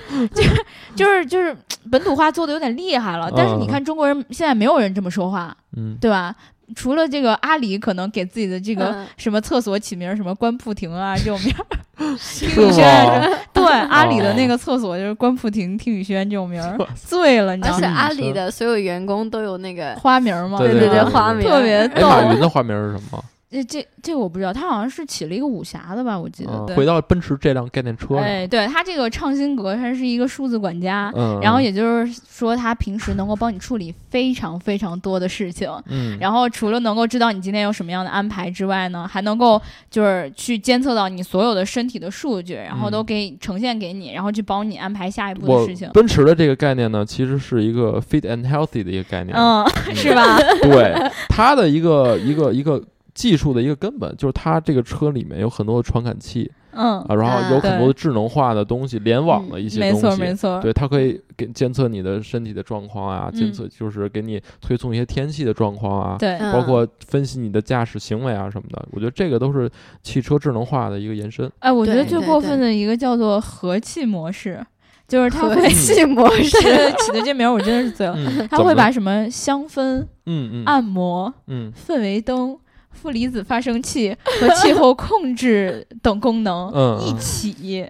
Speaker 2: 就是就是本土化做的有点厉害了，但是你
Speaker 4: 嗯
Speaker 2: 看中国人现在没有人这么说话，
Speaker 4: 嗯，
Speaker 2: 对吧？除了这个阿里可能给自己的这
Speaker 3: 这
Speaker 2: 个什么厕所起名儿什么官铺亭啊这种名儿，听
Speaker 4: 是
Speaker 2: 雨轩
Speaker 4: 吗？
Speaker 2: 对阿里的那个厕所就是官铺亭听雨轩这种 名儿，醉了你知
Speaker 3: 而
Speaker 2: 道
Speaker 3: 且
Speaker 2: 吗？
Speaker 3: 阿里的所有员工都有那个，
Speaker 2: 花名儿吗？
Speaker 4: 对
Speaker 3: 对
Speaker 4: 对
Speaker 3: 对，
Speaker 4: 对
Speaker 3: 花名
Speaker 2: 特别
Speaker 4: 哎，马
Speaker 2: 逗。
Speaker 4: 云的花名是什么？
Speaker 2: 这这这我不知道，他好像是起了一个武侠的吧？我 记得
Speaker 4: 嗯，回
Speaker 2: 对。
Speaker 4: 到奔驰这辆概念车上，
Speaker 2: 哎，对他这个畅心阁，他是一个数字管家。
Speaker 4: 嗯，
Speaker 2: 然后也就是说，他平时能够帮你处理非常非常多的事情，
Speaker 4: 嗯，
Speaker 2: 然后除了能够知道你今天有什么样的安排之外呢，还能够就是去监测到你所有的身体的数据，然后都给呈现给你，然后去帮你安排下一步的
Speaker 4: 嗯我
Speaker 2: 事情。
Speaker 4: 奔驰的这个概念呢，其实是一个 fit and healthy 的一个概念，
Speaker 2: 嗯，
Speaker 4: 嗯
Speaker 2: 是？吧？
Speaker 4: 对，它的一个一个一个。技术的一个根本就是它这个车里面有很多的传感器
Speaker 2: 嗯，
Speaker 4: 啊，然后
Speaker 3: 啊
Speaker 4: 有很
Speaker 2: 对
Speaker 4: 多的智能化的东西，联网的一些
Speaker 2: 没
Speaker 4: 东西，
Speaker 2: 错没错。
Speaker 4: 对，它可以给监测你的身体的状况啊，监
Speaker 2: 嗯
Speaker 4: 测就是给你推送一些天气的状况啊，
Speaker 2: 对
Speaker 3: 嗯
Speaker 4: 包括分析你的驾驶行为啊什么的。我觉得这个都是汽车智能化的一个延伸。
Speaker 2: 哎，我觉得
Speaker 3: 对
Speaker 2: 最
Speaker 3: 对
Speaker 2: 过
Speaker 3: 对
Speaker 2: 分的一个叫做和气模式，就是它
Speaker 3: 和
Speaker 2: 会，
Speaker 3: 气模式
Speaker 2: 对。对，起的这名儿我真的是醉了。
Speaker 4: 嗯，
Speaker 2: 它
Speaker 4: 怎么
Speaker 2: 会
Speaker 4: 了
Speaker 2: 把什啊么香氛、
Speaker 4: 嗯嗯
Speaker 2: 按摩、
Speaker 4: 嗯
Speaker 2: 氛围灯、负离子发生器和气候控制等功能，
Speaker 4: 嗯
Speaker 2: 一起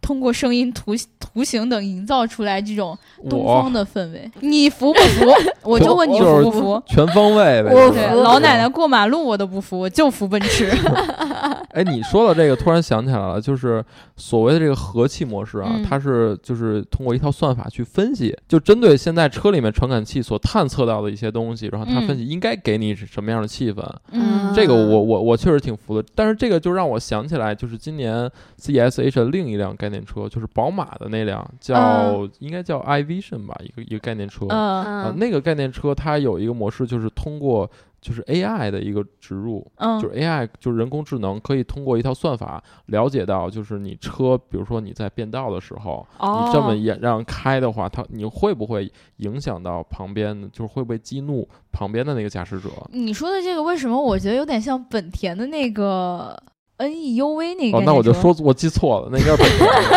Speaker 2: 通过声音、图图形等营造出来这种东
Speaker 4: 嗯我
Speaker 2: 方的氛围。你服不服？ 我就问你
Speaker 4: 就是
Speaker 2: 服不服？
Speaker 4: 全方位呗。
Speaker 3: 我
Speaker 4: 就是
Speaker 2: 对，
Speaker 3: 服
Speaker 2: 老奶奶。过马路我都不服，我就服奔驰。
Speaker 4: 哎，你说到这个，突然想起来了，就是所谓的这个和气模式啊，
Speaker 2: 嗯
Speaker 4: 它是就是通过一套算法去分析，就针对现在车里面传感器所探测到的一些东西，然后它
Speaker 2: 嗯
Speaker 4: 分析应该给你什么样的气氛。
Speaker 2: 嗯，
Speaker 4: 这个我我我确实挺服的，但是这个就让我想起来，就是今年 CES 的另一辆概念车，就是宝马的那辆叫、
Speaker 2: 嗯
Speaker 4: 应该叫 iVision 吧，一个一个概念车。
Speaker 2: 嗯
Speaker 4: 啊，
Speaker 3: 嗯，
Speaker 4: 那个概念车它有一个模式，就是通过就是 AI 的一个植入，
Speaker 2: 嗯
Speaker 4: 就是 AI 就是人工智能可以通过一套算法了解到，就是你车，比如说你在变道的时候，你这么
Speaker 2: 哦，
Speaker 4: 也让开的话，它你会不会影响到旁边，就是会不会激怒旁边的那个驾驶者？
Speaker 2: 你说的这个为什么我觉得有点像本田的那个 NEUV 那个概念车？
Speaker 4: 哦，那我就说我记错了，那应该是本田的。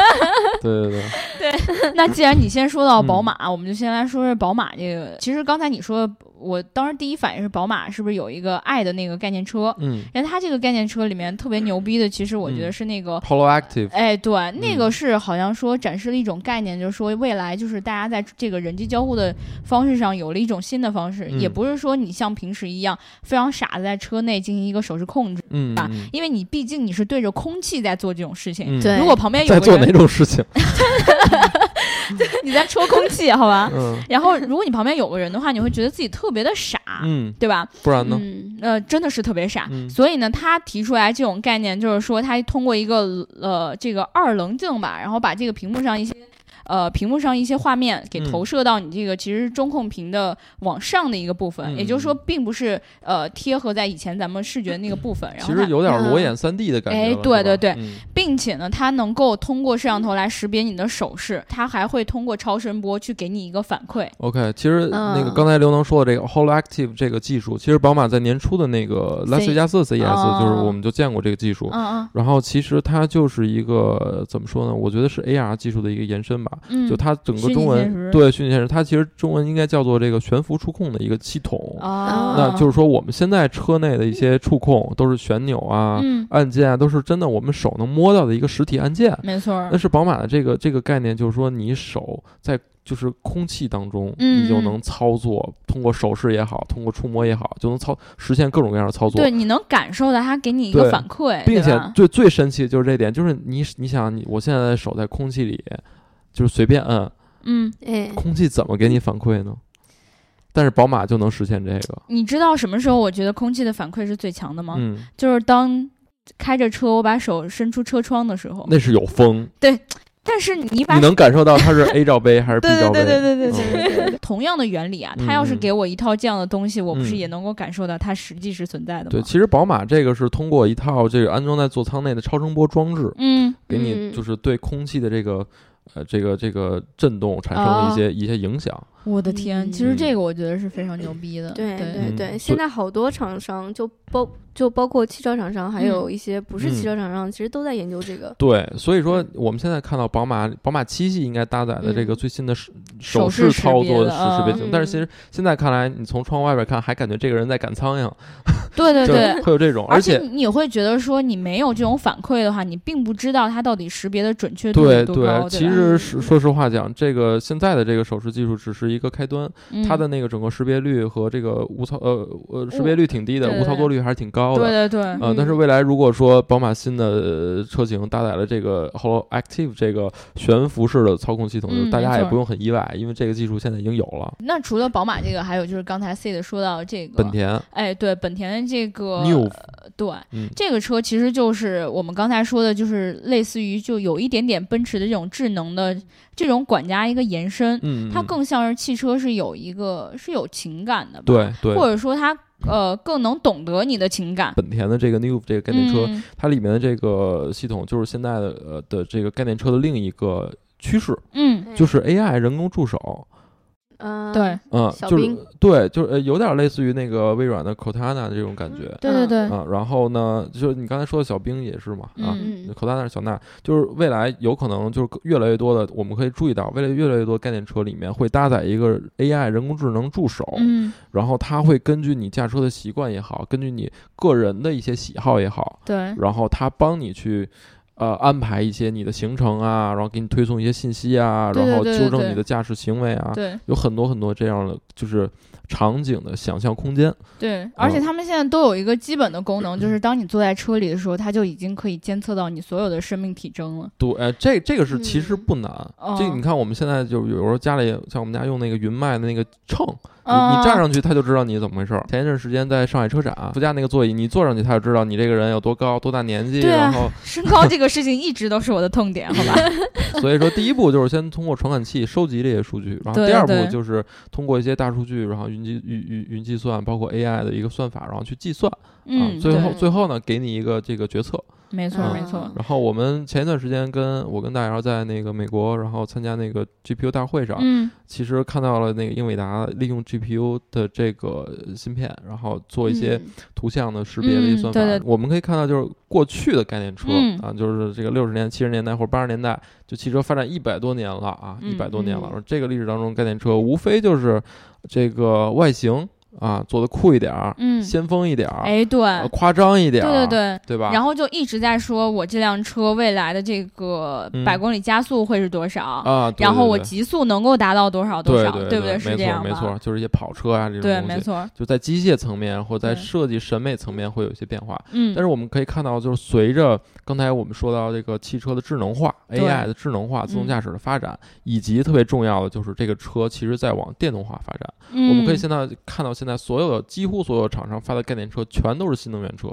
Speaker 4: 对对对，
Speaker 2: 那既然你先说到宝
Speaker 4: 嗯
Speaker 2: 马，我们就先来说说宝马这个。其实刚才你说，我当时第一反应是宝马是不是有一个爱的那个概念车？
Speaker 4: 嗯
Speaker 2: 但它这个概念车里面特别牛逼的，其实我觉得
Speaker 4: 嗯
Speaker 2: 是那个。
Speaker 4: ，Polo Active，
Speaker 2: 哎，对，那个是好像说展示了一种概念，就是说未来就是大家在这个人际交互的方式上有了一种新的方式，
Speaker 4: 嗯
Speaker 2: 也不是说你像平时一样非常傻的在车内进行一个手势控制，
Speaker 4: 嗯，
Speaker 2: 吧
Speaker 4: 嗯
Speaker 2: 因为你毕竟你是对着空气在做这种事情。
Speaker 4: 嗯
Speaker 3: 对
Speaker 2: 如果旁边有
Speaker 4: 在
Speaker 2: 个
Speaker 4: 做
Speaker 2: 人，
Speaker 4: 哪种 事情？
Speaker 2: 你在戳空气，好吧？
Speaker 4: 嗯
Speaker 2: 然后，如果你旁边有个人的话，你会觉得自己特别的傻，
Speaker 4: 嗯，
Speaker 2: 对吧？
Speaker 4: 不然呢？
Speaker 3: 嗯，
Speaker 2: 呃，真的是特别傻。
Speaker 4: 嗯
Speaker 2: 所以呢，他提出来这种概念，就是说他通过一个呃这个二棱镜吧，然后把这个屏幕上一些呃屏幕上一些画面给
Speaker 4: 嗯
Speaker 2: 投射到你这个其实是中控屏的往上的一个部分，
Speaker 4: 嗯
Speaker 2: 也就是说，并不是呃贴合在以前咱们视觉那个部分。然
Speaker 4: 其
Speaker 2: 后
Speaker 4: 实
Speaker 2: 它
Speaker 4: 有点
Speaker 3: 嗯
Speaker 4: 裸眼三 D 的感觉
Speaker 2: 哎
Speaker 4: 了。是
Speaker 2: 对
Speaker 4: 吧
Speaker 2: 对对
Speaker 4: 嗯
Speaker 2: 并且呢，它能够通过摄像头来识别你的手势，它还会通过超声波去给你一个反馈。
Speaker 4: OK，其实那个
Speaker 3: 嗯
Speaker 4: 刚才刘能说的这个 Holo Active 这个技术，其实宝马在年初的那个拉斯维加斯 CES 就是
Speaker 2: 哦
Speaker 4: 我们就见过这个技术。
Speaker 2: 嗯
Speaker 4: 然后其实它就是一个怎么说呢？我觉得是 AR 技术的一个延伸吧。
Speaker 2: 嗯
Speaker 4: 就
Speaker 2: 嗯。
Speaker 4: 它整个
Speaker 2: 虚拟
Speaker 4: 中
Speaker 2: 现
Speaker 4: 文
Speaker 2: 实
Speaker 4: 对虚拟现实，它其实中文应该叫做这个悬浮触控的一个系统。
Speaker 2: 哦，
Speaker 4: 那就是说，我们现在车内的一些触控都是旋钮啊、
Speaker 2: 嗯，
Speaker 4: 按键啊，都是真的我们手能摸到的一个实体按键。
Speaker 2: 没错儿
Speaker 4: 但，是宝马的这个这个概念，就是说你手在就是空气当中，
Speaker 2: 嗯
Speaker 4: 你就
Speaker 2: 嗯
Speaker 4: 能操作，通过手势也好，通过触摸也好，就能操实现各种各样的操作
Speaker 2: 对，。你能感受到它给你一个
Speaker 4: 对
Speaker 2: 反馈，
Speaker 4: 并
Speaker 2: 对
Speaker 4: 且
Speaker 2: 吧
Speaker 4: 最最神奇的就是这点，就是你你想你我现在手在空气里，就是随便摁，
Speaker 2: 嗯，
Speaker 3: 哎，
Speaker 4: 空气怎么给你反馈呢？但是宝马就能实现这个，
Speaker 2: 你知道什么时候我觉得空气的反馈是最强的吗？
Speaker 4: 嗯，
Speaker 2: 就是当开着车，我把手伸出车窗的时候，
Speaker 4: 那是有风，
Speaker 2: 但是你把
Speaker 4: 你能感受 到它是 A 罩杯还是 B 罩杯？
Speaker 2: 对
Speaker 4: 嗯
Speaker 2: 对
Speaker 4: 对
Speaker 2: 对对，同样的原理啊，
Speaker 4: 嗯
Speaker 2: 他要是给我一套这样的东西，我不是
Speaker 4: 嗯
Speaker 2: 也能够感受到它实际是存在的
Speaker 4: 对，
Speaker 2: 吗？
Speaker 4: 其实宝马这个是通过一套这个安装在座舱内的超声波装置，
Speaker 2: 嗯，
Speaker 4: 给你
Speaker 3: 嗯
Speaker 4: 就是对空气的这个呃这个这个震动产生
Speaker 2: 哦
Speaker 4: 了一些、一些影响。
Speaker 2: 我的天，
Speaker 3: 嗯
Speaker 2: 其实这个我觉得是非常牛逼的，
Speaker 3: 对
Speaker 2: 对
Speaker 3: 对对，
Speaker 4: 嗯
Speaker 3: 现
Speaker 4: 就
Speaker 3: 在好多厂商就包就包括汽车厂商，还
Speaker 2: 嗯
Speaker 3: 有一些不
Speaker 4: 嗯
Speaker 3: 是汽车厂商，其实都在研究这个。
Speaker 4: 对，所以
Speaker 2: 嗯
Speaker 4: 说我们现在看到宝马宝马七系应该搭载的这个
Speaker 3: 嗯
Speaker 4: 最新的手
Speaker 2: 手
Speaker 4: 手
Speaker 2: 势
Speaker 4: 势
Speaker 2: 识
Speaker 4: 操
Speaker 2: 别
Speaker 4: 作
Speaker 2: 的
Speaker 4: 的手势
Speaker 2: 嗯
Speaker 4: 背景，但是其
Speaker 3: 嗯
Speaker 4: 实现在看来，你从窗户外边看还感觉这个人在赶苍蝇，
Speaker 2: 对对
Speaker 4: 就
Speaker 2: 对，
Speaker 4: 会有这种，
Speaker 2: 而
Speaker 4: 且
Speaker 2: 你你会觉得说你没有这种反馈的话，你并不知道它到底识别的准确度有
Speaker 4: 对
Speaker 2: 多高，
Speaker 4: 其
Speaker 2: 吧
Speaker 4: 实是说实话讲，这个现在的这个手势技术只是一个开端，它
Speaker 2: 嗯
Speaker 4: 的那个整个识别率和这个无操呃呃识别率挺低的，
Speaker 2: 对对
Speaker 4: 无操作率还是挺高的。
Speaker 2: 对对对，
Speaker 4: 呃，但是
Speaker 3: 嗯
Speaker 4: 未来如果说宝马新的呃车型搭载了这个 Holo Active 这个悬浮式的操控系统，就
Speaker 2: 嗯
Speaker 4: 大
Speaker 2: 没
Speaker 4: 家也
Speaker 2: 错
Speaker 4: 不用很意外，因为这个技术现在已经有了。
Speaker 2: 那除了宝马这个，还有就是刚才 C 的说到这个
Speaker 4: 本，田
Speaker 2: 哎，对，本田的这个
Speaker 4: New，
Speaker 2: 对。
Speaker 4: 嗯，
Speaker 2: 这个车其实就是我们刚才说的，就是类似于就有一点点奔驰的这种智能的这种管家一个延伸，
Speaker 4: 嗯，
Speaker 2: 它
Speaker 4: 嗯
Speaker 2: 更像是汽车是有一个是有情感的吧，，
Speaker 4: 对对。
Speaker 2: 或者说它呃更能懂得你的情感。
Speaker 4: 本田的这个 New 这个概念车，
Speaker 2: 嗯
Speaker 4: 它里面的这个系统就是现在的呃的这个概念车的另一个趋势，
Speaker 2: 嗯，
Speaker 3: 哎
Speaker 4: 就是 AI 人工助手，
Speaker 3: 嗯，
Speaker 2: 对
Speaker 4: 嗯，
Speaker 3: 小
Speaker 4: 就是
Speaker 3: 冰
Speaker 4: 对，就是呃有点类似于那个微软的 Cortana 这种感
Speaker 3: 嗯
Speaker 4: 觉
Speaker 2: 对对嗯对，
Speaker 4: 啊。然后呢，就是你刚才说的小冰也是嘛啊。
Speaker 2: 嗯
Speaker 3: 嗯，
Speaker 4: Cortana 是小娜，就是未来有可能就是越来越多的，我们可以注意到，未来越来越多概念车里面会搭载一个 AI 人工智能助手，
Speaker 2: 嗯，
Speaker 4: 然后它会根据你驾车的习惯也好，根据你个人的一些喜好也好，
Speaker 2: 对，
Speaker 4: 然后它帮你去。呃，安排一些你的行程啊，然后给你推送一些信息啊，
Speaker 2: 对对
Speaker 4: 然后
Speaker 2: 对对
Speaker 4: 纠正
Speaker 2: 对
Speaker 4: 你的驾驶行为啊，
Speaker 2: 对
Speaker 4: 有很多很多这样的就是场景的想象空间。
Speaker 2: 对，而且他们现在都有一个基本的功能，就是当你坐在车里的时候，它就已经可以监测到你所有的生命体征了。
Speaker 4: 对，呃这这个是其实
Speaker 3: 嗯
Speaker 4: 不难。这
Speaker 2: 哦
Speaker 4: 你看，我们现在就有时候家里像我们家用那个云麦的那个秤，你
Speaker 2: 啊
Speaker 4: 你站上去，它就知道你怎么回事儿。前一阵时间在上海车展，副驾那个座椅，你坐上去，它就知道你这个人有多高、多大年纪。
Speaker 2: 对啊
Speaker 4: 然后，
Speaker 2: 身高这个事情一直都是我的痛点，
Speaker 4: 啊
Speaker 2: 好吧？
Speaker 4: 所以说第一步就是先通过传感器收集这些数据，然后
Speaker 2: 对
Speaker 4: 第二步
Speaker 2: 对
Speaker 4: 就是通过一些大数据，然后运云计云云云计算，包括 AI 的一个算法，然后去计算啊
Speaker 2: 嗯，，
Speaker 4: 最后
Speaker 2: 对
Speaker 4: 最后呢，给你一个这个决策。
Speaker 2: 没错
Speaker 3: 嗯
Speaker 2: 没错，
Speaker 4: 然后我们前一段时间跟我跟大姚在那个美国，然后参加那个 GPU 大会上，
Speaker 2: 嗯
Speaker 4: 其实看到了那个英伟达利用 GPU 的这个芯片，然后做一些
Speaker 3: 嗯
Speaker 4: 图像的识别的一些
Speaker 2: 嗯
Speaker 4: 算法。
Speaker 2: 对对
Speaker 4: 我们可以看到，就是过去的概念车、
Speaker 2: 嗯
Speaker 4: 啊，就是这个六十年、七十年代或者八十年代，就汽车发展一百多年了啊，一
Speaker 2: 嗯
Speaker 4: 百多年
Speaker 3: 嗯
Speaker 4: 了。而这个历史当中，概念车无非就是这个外形啊做的酷一点儿、
Speaker 2: 嗯，
Speaker 4: 先锋一点儿、
Speaker 2: 哎对，
Speaker 4: 呃夸张一点儿，
Speaker 2: 对对对，
Speaker 4: 对吧？
Speaker 2: 然后就一直在说我这辆车未来的这个
Speaker 4: 嗯
Speaker 2: 百公里加速会是多少，
Speaker 4: 啊，对
Speaker 2: 然后
Speaker 4: 对
Speaker 2: 我
Speaker 4: 对
Speaker 2: 极速能够达到多少多
Speaker 4: 对
Speaker 2: 少，
Speaker 4: 对
Speaker 2: 不
Speaker 4: 对
Speaker 2: 是
Speaker 4: 没
Speaker 2: 这样吧？
Speaker 4: 错没错，就是一些跑车啊这种
Speaker 2: 对，
Speaker 4: 东
Speaker 2: 没
Speaker 4: 西，
Speaker 2: 错，
Speaker 4: 就在机械层面或在
Speaker 2: 对
Speaker 4: 设计审美层面会有一些变化。
Speaker 2: 嗯，
Speaker 4: 但是我们可以看到，就是随着刚才我们说到这个汽车的智能化、
Speaker 2: 对嗯
Speaker 4: AI 的智能化、自动驾驶的发展，以及特别重要的就是这个车其实在往电动化发展。我们可以
Speaker 2: 嗯
Speaker 4: 现在看到，现在所有的几乎所有厂商发的概念车全都是新能源车。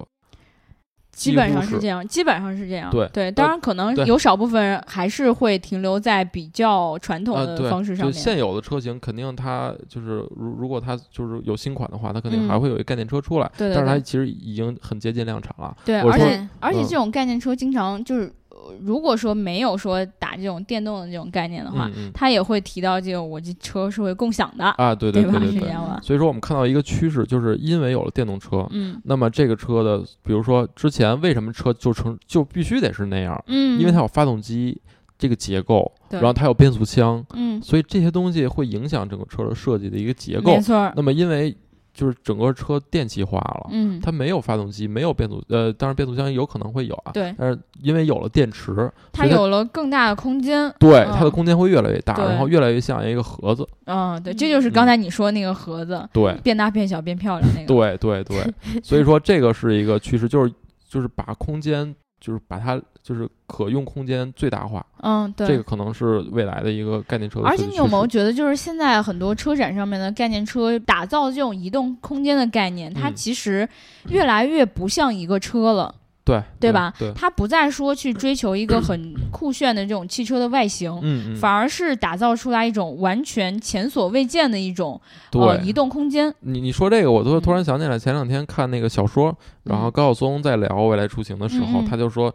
Speaker 2: 基本上
Speaker 4: 几乎
Speaker 2: 是
Speaker 4: 是
Speaker 2: 这样，基本上是这样。
Speaker 4: 对
Speaker 2: 当然可能
Speaker 4: 对
Speaker 2: 有少部分人还是会停留在比较传统
Speaker 4: 啊，
Speaker 2: 的
Speaker 4: 对，
Speaker 2: 方式上
Speaker 4: 就
Speaker 2: 面。
Speaker 4: 现有的车型，肯定它就是如如果它就是有新款的话，它肯定
Speaker 2: 嗯
Speaker 4: 还会有一概念车出来。
Speaker 2: 对对
Speaker 4: 但是它
Speaker 2: 对
Speaker 4: 其实已经很接近量产了。
Speaker 2: 对，
Speaker 4: 我
Speaker 2: 而
Speaker 4: 说
Speaker 2: 且而且
Speaker 4: 嗯
Speaker 2: 这种概念车经常就是，呃如果说没有说打这种电动的这种概念的话，
Speaker 4: 嗯嗯
Speaker 2: 他也会提到这个我这车是会共享的，
Speaker 4: 啊，对对
Speaker 2: 吧？
Speaker 4: 对
Speaker 2: 是这
Speaker 4: 对对。
Speaker 2: 样吧？
Speaker 4: 所以说，我们看到一个趋势，就是因为有了电动车，
Speaker 2: 嗯
Speaker 4: 那么这个车的，比如说之前为什么车就成就必须得是那样，
Speaker 2: 嗯，
Speaker 4: 因为它有发动机这个结构，
Speaker 2: 对
Speaker 4: 然后它有变速箱，
Speaker 2: 嗯
Speaker 4: 所以这些东西会影响整个车的设计的一个结构
Speaker 2: 没。错儿，
Speaker 4: 那么因为就是整个车电气化了，
Speaker 2: 嗯，
Speaker 4: 它没有发动机，没有变速，呃，当然变速箱有可能会有啊，
Speaker 2: 对，
Speaker 4: 但是因为有了电池，
Speaker 2: 它
Speaker 4: 所以它
Speaker 2: 有了更大的空间。
Speaker 4: 对
Speaker 2: 嗯
Speaker 4: 它的空间会越来越大，
Speaker 2: 对
Speaker 4: 然后越来越像一个盒子。
Speaker 2: 嗯，对，这就是刚才你说那个盒子
Speaker 4: 对，
Speaker 2: 变大变小变漂亮那个。
Speaker 4: 对对对， 所以说这个是一个趋势，就是就是把空间，就是把它就是可用空间最大化，
Speaker 2: 嗯，对，
Speaker 4: 这个可能是未来的一个概念车的
Speaker 2: 而
Speaker 4: 设
Speaker 2: 且
Speaker 4: 计
Speaker 2: 你
Speaker 4: 趋
Speaker 2: 有没有
Speaker 4: 势
Speaker 2: 觉得，就是现在很多车展上面的概念车打造这种移动空间的概念，它
Speaker 4: 嗯
Speaker 2: 其实越来越不像一个车了。
Speaker 4: 对
Speaker 2: 对吧
Speaker 4: 嗯对，
Speaker 2: 它不再说去追求一个很酷炫的这种汽车的外形，
Speaker 4: 嗯嗯，
Speaker 2: 反而是打造出来一种完全前所未见的一种呃移
Speaker 4: 对。
Speaker 2: 动空间。
Speaker 4: 你你说这个，我都突
Speaker 2: 嗯
Speaker 4: 然想起来，前两天看那个小说，然后
Speaker 2: 嗯
Speaker 4: 高晓松在聊未来出行的时候，
Speaker 2: 嗯嗯
Speaker 4: 他就说，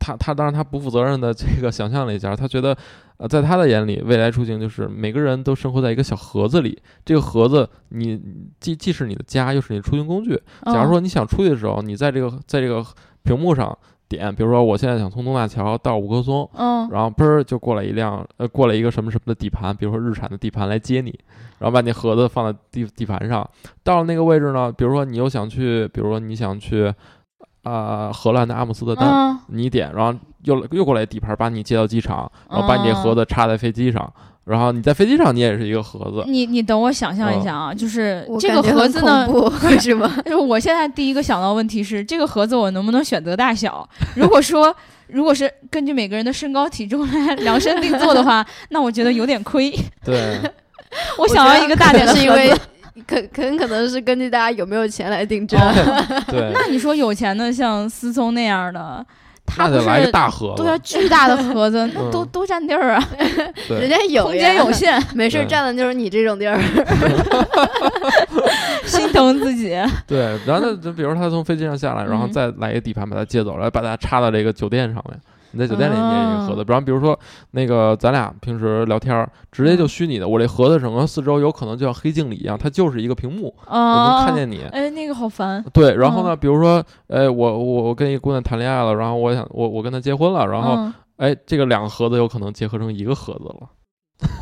Speaker 4: 他他当然他不负责任的这个想象了一下，他觉得，呃，在他的眼里，未来出行就是每个人都生活在一个小盒子里，这个盒子你既既是你的家，又是你的出行工具，假
Speaker 2: 嗯
Speaker 4: 如说你想出去的时候，你在这个在这个屏幕上点，比如说我现在想从东大桥到五棵松，
Speaker 2: 嗯，
Speaker 4: 然后嘣儿就过来一辆呃过来一个什么什么的底盘，比如说日产的底盘来接你，然后把你盒子放在地地盘上，到了那个位置呢，比如说你又想去，比如说你想去啊、呃荷兰的阿姆斯特丹，
Speaker 2: 嗯，
Speaker 4: 你点，然后又又过来底盘把你接到机场，然后把
Speaker 2: 嗯
Speaker 4: 你这盒子插在飞机上，然后你在飞机上你也是一个盒子，
Speaker 2: 你你等我想象一下啊，就是
Speaker 3: 嗯我
Speaker 2: 这
Speaker 3: 感
Speaker 2: 个
Speaker 3: 觉
Speaker 2: 盒
Speaker 3: 很
Speaker 2: 子呢
Speaker 3: 恐，怖， 为什么？
Speaker 2: 就是我现在第一个想到的问题是，这个盒子我能不能选择大小？如果说如果是根据每个人的身高体重来量身定做的话，那我觉得有点亏。
Speaker 4: 对。
Speaker 2: 我想要一个大点的
Speaker 3: 是因
Speaker 2: 盒
Speaker 3: 为
Speaker 2: 子。
Speaker 3: 可 很可能是根据大家有没有钱来定制。
Speaker 4: 哦对，
Speaker 2: 那你说有钱的像思聪那样的， 他
Speaker 4: 那
Speaker 2: 不
Speaker 4: 得来个
Speaker 2: 是
Speaker 4: 大盒子
Speaker 2: 对，啊，巨大的盒子，那
Speaker 4: 嗯
Speaker 2: 都都占地儿啊，
Speaker 4: 对
Speaker 3: 人家有
Speaker 2: 空间有
Speaker 3: 限，
Speaker 2: 限，
Speaker 3: 没事儿
Speaker 4: 对
Speaker 3: 占的就是你这种地儿。
Speaker 2: 心疼自己。
Speaker 4: 对，然后他就比如他从飞机上下来，然后
Speaker 2: 嗯
Speaker 4: 再来一个底盘把他接走，然后把他插到这个酒店上面。你在酒店里捏一个
Speaker 2: 哦
Speaker 4: 盒子，比方比如说那个咱俩平时聊天儿，直接就
Speaker 2: 嗯
Speaker 4: 虚拟的，我这盒子整个四周有可能就像黑镜里一样，它就是一个屏幕，我能
Speaker 2: 啊，
Speaker 4: 看见你。
Speaker 2: 哎，那个好烦。
Speaker 4: 对，然后呢，
Speaker 2: 嗯
Speaker 4: 比如说，哎，我我我跟一个姑娘谈恋爱了，然后我想我我跟她结婚了，然后
Speaker 2: 嗯
Speaker 4: 哎，这个两个盒子有可能结合成一个盒子了。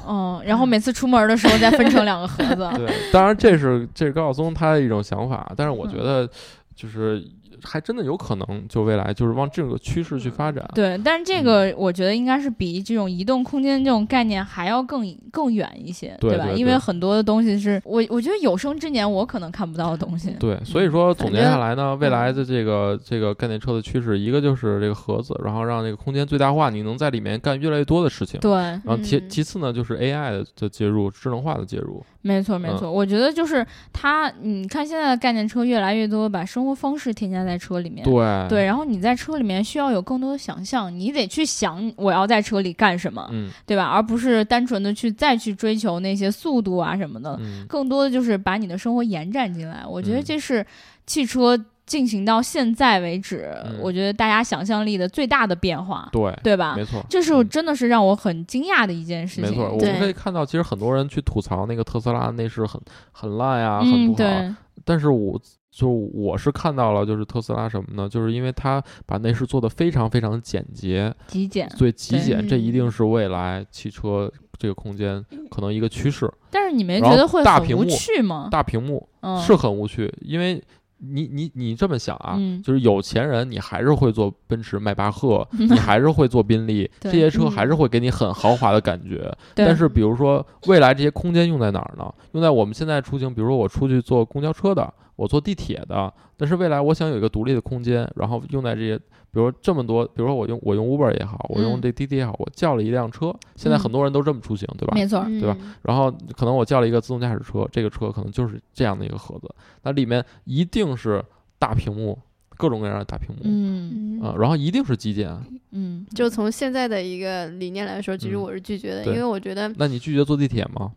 Speaker 2: 嗯，然后每次出门的时候再分成两个盒 子。
Speaker 4: 对，当然这是这是高晓松他的一种想法，但是
Speaker 2: 嗯
Speaker 4: 我觉得就是还真的有可能，就未来就是往这个趋势去发展。
Speaker 2: 对，但是
Speaker 4: 嗯
Speaker 2: 这个我觉得应该是比这种移动空间这种概念还要更更远一些，
Speaker 4: 对
Speaker 2: 吧？
Speaker 4: 对
Speaker 2: 因为
Speaker 4: 对
Speaker 2: 很多的东西是我我觉得有生之年我可能看不到的东西。
Speaker 4: 对所
Speaker 2: 嗯
Speaker 4: 以说总结
Speaker 3: 反正
Speaker 4: 下来呢，未来的这个这个概念车的趋势，一个就是这个盒子，然后让这个空间最大化，你能在里面干越来越多的事情。
Speaker 2: 对，
Speaker 4: 然后其
Speaker 3: 嗯
Speaker 4: 其次呢，就是 AI 的的介入，智能化的介入。
Speaker 2: 没错没
Speaker 4: 嗯
Speaker 2: 错，我觉得就是它，你看现在的概念车越来越多，把生活方式添加加在车里面。
Speaker 4: 对
Speaker 2: 对，，然后你在车里面需要有更多的想象，你得去想我要在车里干什么，
Speaker 4: 嗯
Speaker 2: 对吧？而不是单纯的去再去追求那些速度啊什么的，
Speaker 4: 嗯
Speaker 2: 更多的就是把你的生活延展进来。我觉得
Speaker 4: 嗯
Speaker 2: 这是汽车进行到现在为止，
Speaker 4: 嗯
Speaker 2: 我觉得大家想象力的最大的变化，
Speaker 4: 对，
Speaker 2: 对吧？
Speaker 4: 没错。
Speaker 2: 这是
Speaker 4: 嗯
Speaker 2: 真的是让我很惊讶的一件事
Speaker 4: 没
Speaker 2: 情。
Speaker 4: 错，我
Speaker 3: 对
Speaker 4: 们可以看到，其实很多人去吐槽那个特斯拉内饰很很烂呀、很
Speaker 2: 嗯，
Speaker 4: 不好啊。
Speaker 2: 对，
Speaker 4: 但是我就我是看到了，就是特斯拉什么呢？就是因为它把内饰做得非常非常简洁，
Speaker 2: 极简。
Speaker 4: 所以极
Speaker 2: 对
Speaker 4: 简，这一
Speaker 3: 嗯
Speaker 4: 定是未来汽车这个空间可能一个趋势。
Speaker 2: 但是你没
Speaker 4: 然
Speaker 2: 觉得
Speaker 4: 后
Speaker 2: 会
Speaker 4: 大
Speaker 2: 很
Speaker 4: 屏
Speaker 2: 无
Speaker 4: 幕
Speaker 2: 趣吗？
Speaker 4: 大屏幕
Speaker 2: 嗯，
Speaker 4: 是很无趣，因为你你你这么想啊，
Speaker 2: 嗯
Speaker 4: 就是有钱人你还是会坐奔驰、迈巴 赫，你还是会坐宾利，这
Speaker 2: 对
Speaker 4: 些车还
Speaker 3: 嗯
Speaker 4: 是会给你很豪华的感觉。
Speaker 2: 对
Speaker 4: 但是比如说未来这些空间用在哪儿呢？用在我们现在出行，比如说我出去坐公交车的，我坐地铁的。但是未来我想有一个独立的空间，然后用在这些，比如说这么多，比如说我用我用 Uber 也好，我用
Speaker 2: 嗯
Speaker 4: 这滴滴也好，我叫了一辆车，现在很
Speaker 2: 嗯
Speaker 4: 多人都这么出行，对吧？
Speaker 2: 没错，
Speaker 3: 对
Speaker 4: 对吧？啊然后可能我叫了一个自动驾驶车，这个车可能就是这样的一个盒子，那里面一定是大屏幕，各种各样的大屏幕
Speaker 2: 嗯
Speaker 4: 啊、
Speaker 3: 嗯，
Speaker 4: 然后一定是极简。
Speaker 2: 嗯，
Speaker 3: 就从现在的一个理念来说，其实
Speaker 4: 嗯
Speaker 3: 我是拒绝的，
Speaker 4: 对
Speaker 3: 因为我觉得
Speaker 4: 那你拒绝坐地铁吗？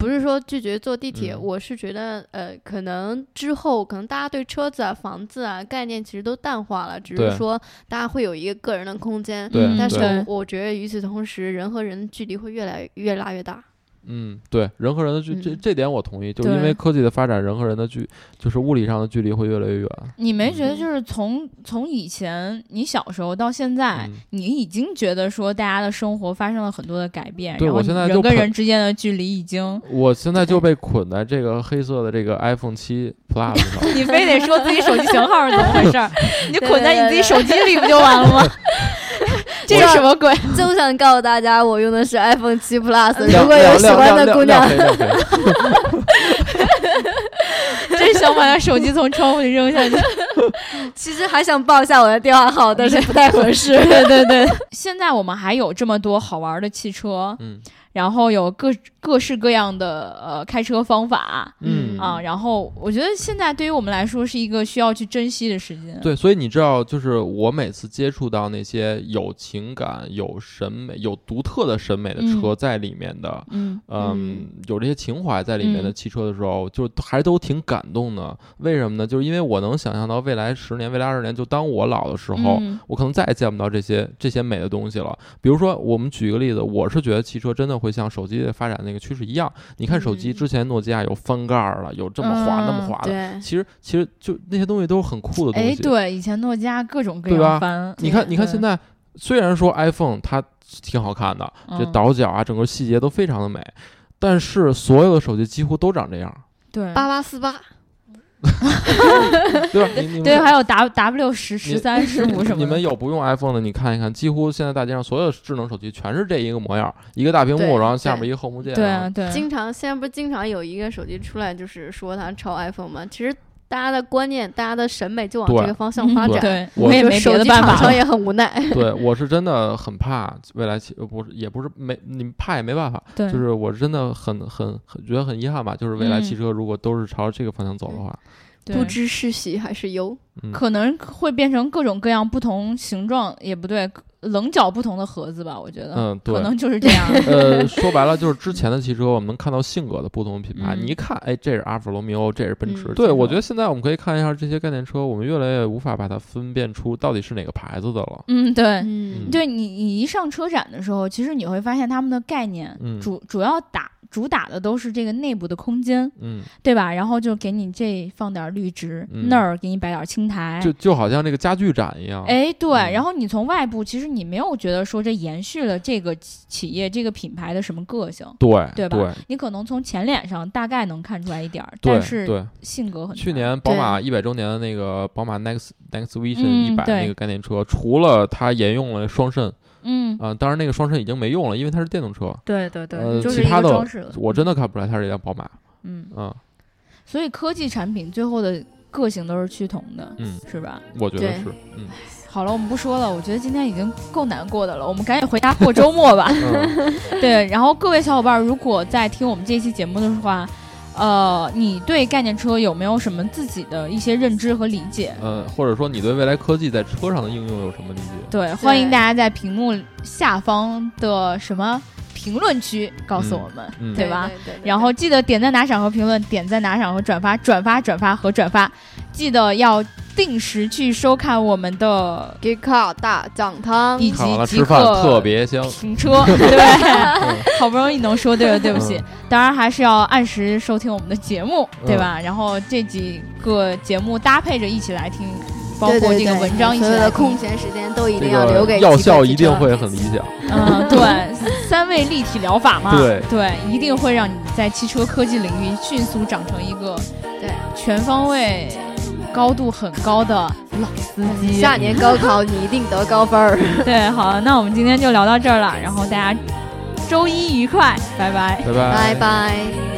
Speaker 3: 不是说拒绝坐地铁，
Speaker 4: 嗯
Speaker 3: 我是觉得呃，可能之后可能大家对车子啊、房子啊概念其实都淡化了，只
Speaker 4: 对
Speaker 3: 是说大家会有一个个人的空间。
Speaker 4: 对，
Speaker 2: 嗯
Speaker 3: 但是
Speaker 4: 对
Speaker 2: 对
Speaker 3: 我我觉得与此同时，人和人的距离会越来越拉越 大。
Speaker 4: 嗯，对，人和人的距，这
Speaker 3: 嗯
Speaker 4: 这点我同意，就是
Speaker 2: 对
Speaker 4: 因为科技的发展，人和人的距，就是物理上的距离会越来越远。
Speaker 2: 你没觉得
Speaker 3: 嗯
Speaker 2: 就是从从以前你小时候到现在，
Speaker 4: 嗯
Speaker 2: 你已经觉得说大家的生活发生了很多的改变，
Speaker 4: 对
Speaker 2: 然后
Speaker 4: 我现在就
Speaker 2: 人跟
Speaker 4: 很
Speaker 2: 人之间的距离已经，，
Speaker 4: 我现在就被捆在这个黑色的这个 iPhone 七 Plus 上
Speaker 2: 你非得说自己手机型号是怎么回 事儿？你就
Speaker 3: 对
Speaker 2: 捆在
Speaker 3: 对
Speaker 2: 你自己
Speaker 3: 对
Speaker 2: 手机里不就完 了吗？这是什么鬼？
Speaker 3: 就想告诉大家，我用的是 iPhone 七 Plus，
Speaker 4: 呃亮
Speaker 3: 如果有喜欢的姑，娘
Speaker 4: 亮，亮亮亮亮 亮黑亮
Speaker 2: 真想把他手机从窗户里扔 下去。
Speaker 3: 其实还想报一下我的电话号，但是不太合 适。
Speaker 4: 啊
Speaker 2: 对对对，现在我们还有这么多好玩的汽车，
Speaker 4: 黑嗯
Speaker 2: 然后有各各式各样的呃开车方法
Speaker 4: 嗯
Speaker 2: 啊，然后我觉得现在对于我们来说是一个需要去珍惜的时间。
Speaker 4: 对，所以你知道，就是我每次接触到那些有情感、有审美、有独特的审美的车
Speaker 2: 嗯
Speaker 4: 在里面的，
Speaker 2: 嗯，
Speaker 4: 嗯，有这些情怀在里面的
Speaker 2: 嗯
Speaker 4: 汽车的时候，就还都挺感动的。为什么呢？就是因为我能想象到未来十年、未来二十年，就当我老的时候，
Speaker 2: 嗯
Speaker 4: 我可能再也见不到这些这些美的东西了。比如说，我们举一个例子，我是觉得汽车真的会像手机的发展那个趋势一样。你看手机
Speaker 3: 嗯
Speaker 4: 之前，诺基亚有翻盖儿了，有这么滑、那么
Speaker 2: 嗯
Speaker 4: 滑的，
Speaker 3: 对，
Speaker 4: 其实其实就那些东西都是很酷的东
Speaker 2: 哎，
Speaker 4: 西。
Speaker 2: 对，以前诺基亚各种各
Speaker 4: 对吧
Speaker 2: 样翻，
Speaker 4: 你看，你看
Speaker 2: 对
Speaker 4: 现在，虽然说 iPhone 它挺好看的，这
Speaker 2: 嗯
Speaker 4: 倒角啊，整个细节都非常的美，但是所有的手机几乎都长这样，
Speaker 2: 对
Speaker 3: 八八四八，
Speaker 4: 对吧？你你们
Speaker 2: 对，还有 W W 十、
Speaker 4: 你
Speaker 2: 十三、十五什么的。
Speaker 4: 你们有不用 iPhone 的，你看一看，几乎现在大街上所有智能手机全是这一个模样，一个大屏幕，
Speaker 3: 对
Speaker 4: 然后下
Speaker 3: 对
Speaker 4: 面一个后幕键，
Speaker 2: 对
Speaker 4: 然
Speaker 2: 啊
Speaker 4: 后
Speaker 2: 对，
Speaker 3: 经常现在不是经常有一个手机出来，就是说它抄 iPhone 吗？其实大家的观念、大家的审美就往
Speaker 4: 对
Speaker 3: 这个方向发展。
Speaker 2: 嗯对，
Speaker 4: 我
Speaker 2: 我也
Speaker 3: 就
Speaker 2: 没
Speaker 3: 手
Speaker 2: 别的
Speaker 3: 机
Speaker 2: 办
Speaker 3: 厂
Speaker 2: 法
Speaker 3: 商
Speaker 2: 了。
Speaker 3: 也很无奈。
Speaker 4: 对我是真的很怕未来汽，呃不是也不是没你们怕也没办法，
Speaker 2: 对，
Speaker 4: 就是我真的很很很觉得很遗憾吧，就是未来
Speaker 2: 嗯
Speaker 4: 汽车如果都是朝这个方向走的话，
Speaker 2: 对
Speaker 3: 不知是喜还是忧。
Speaker 4: 嗯
Speaker 2: 可能会变成各种各样不同形状，也不对，棱角不同的盒子吧，我觉得，
Speaker 4: 嗯对
Speaker 2: 可能就是 这样。
Speaker 4: 呃，说白了就是之前的汽车，我们能看到性格的不同的品牌。
Speaker 2: 嗯
Speaker 4: 你一看，哎，这是阿尔法罗密欧，这是奔驰。
Speaker 3: 嗯
Speaker 4: 对，
Speaker 2: 这
Speaker 4: 我
Speaker 2: 种
Speaker 4: 觉得现在我们可以看一下这些概念车，我们越来越无法把它分辨出到底是哪个牌子的了。
Speaker 2: 嗯，对，
Speaker 3: 嗯
Speaker 2: 对你，你一上车展的时候，其实你会发现他们的概念、
Speaker 4: 嗯
Speaker 2: 主主要打主打的都是这个内部的空间，
Speaker 4: 嗯，
Speaker 2: 对吧？然后就给你这放点绿植，
Speaker 4: 嗯
Speaker 2: 那儿给你摆点青苔。
Speaker 4: 就就好像这个家具展一样。
Speaker 2: 哎，对，
Speaker 4: 嗯
Speaker 2: 然后你从外部其实你没有觉得说这延续了这个企企业这个品牌的什么个性，
Speaker 4: 对
Speaker 2: 对吧你可能从前脸上大概能看出来一点儿，
Speaker 4: 对
Speaker 2: 但是
Speaker 4: 对，
Speaker 2: 性格很
Speaker 4: 去
Speaker 2: 难
Speaker 4: 年宝马一百周年的那个宝马 Next Next Vision 一
Speaker 2: 嗯
Speaker 4: 百
Speaker 2: 对
Speaker 4: 那个概念车，除了它沿用了双肾
Speaker 2: 嗯，
Speaker 4: 啊、当然那个双肾已经没用了，因为它是电动车。
Speaker 2: 对对对，
Speaker 4: 呃，
Speaker 2: 就
Speaker 4: 其
Speaker 2: 是一
Speaker 4: 他
Speaker 2: 个
Speaker 4: 的
Speaker 2: 装饰了。
Speaker 4: 我真的看不出来它是一辆宝马。
Speaker 2: 嗯，
Speaker 4: 嗯
Speaker 2: 所以科技产品最后的个性都是趋同的，
Speaker 4: 嗯，
Speaker 2: 是吧？
Speaker 4: 我觉得
Speaker 3: 对
Speaker 4: 是。 嗯。
Speaker 2: 好了，我们不说了，我觉得今天已经够难过的了，我们赶紧回家过周末吧
Speaker 4: 嗯
Speaker 2: 对，然后各位小伙伴，如果在听我们这期节目的话。呃，你对概念车有没有什么自己的一些认知和理解？
Speaker 4: 呃，或者说你对未来科技在车上的应用有什么理解？
Speaker 2: 对，欢迎大家在屏幕下方的什么评论区告诉我们，
Speaker 4: 嗯嗯
Speaker 2: 对吧？
Speaker 3: 对对对
Speaker 2: 然后记得点赞、打赏和评论，点赞、打赏和转发，转发、转发和转发。记得要定时去收看我们的
Speaker 3: 给卡大讲堂，
Speaker 2: 以及
Speaker 4: 看完了
Speaker 2: 极
Speaker 4: 吃饭
Speaker 2: 客
Speaker 4: 特别 香，
Speaker 2: 停车， 对，好不容易能说对了，对不起
Speaker 4: 嗯。
Speaker 2: 当然还是要按时收听我们的节目，对吧？然后这几个节目搭配着一起来听，包
Speaker 3: 对
Speaker 2: 括
Speaker 3: 对
Speaker 2: 这个
Speaker 3: 对
Speaker 2: 文章一起
Speaker 3: 所有
Speaker 2: 来
Speaker 3: 的
Speaker 2: 听
Speaker 3: 空。闲时间都一
Speaker 4: 这
Speaker 3: 定要留
Speaker 4: 个
Speaker 3: 给
Speaker 4: 药
Speaker 3: 极客
Speaker 4: 效
Speaker 3: 汽
Speaker 4: 一定
Speaker 3: 车
Speaker 4: 会很理想。
Speaker 2: 嗯，对， 三位立体疗法嘛，
Speaker 4: 对
Speaker 2: 一定会让你在汽车科技领域迅速长成一个
Speaker 3: 对
Speaker 2: 全方位、高度很高的老司机。
Speaker 3: 下年高考你一定得高分儿。
Speaker 4: 嗯
Speaker 2: 对，好，那我们今天就聊到这儿了，然后大家周一愉快，拜拜。
Speaker 4: 拜
Speaker 3: 拜
Speaker 4: 拜
Speaker 3: 拜。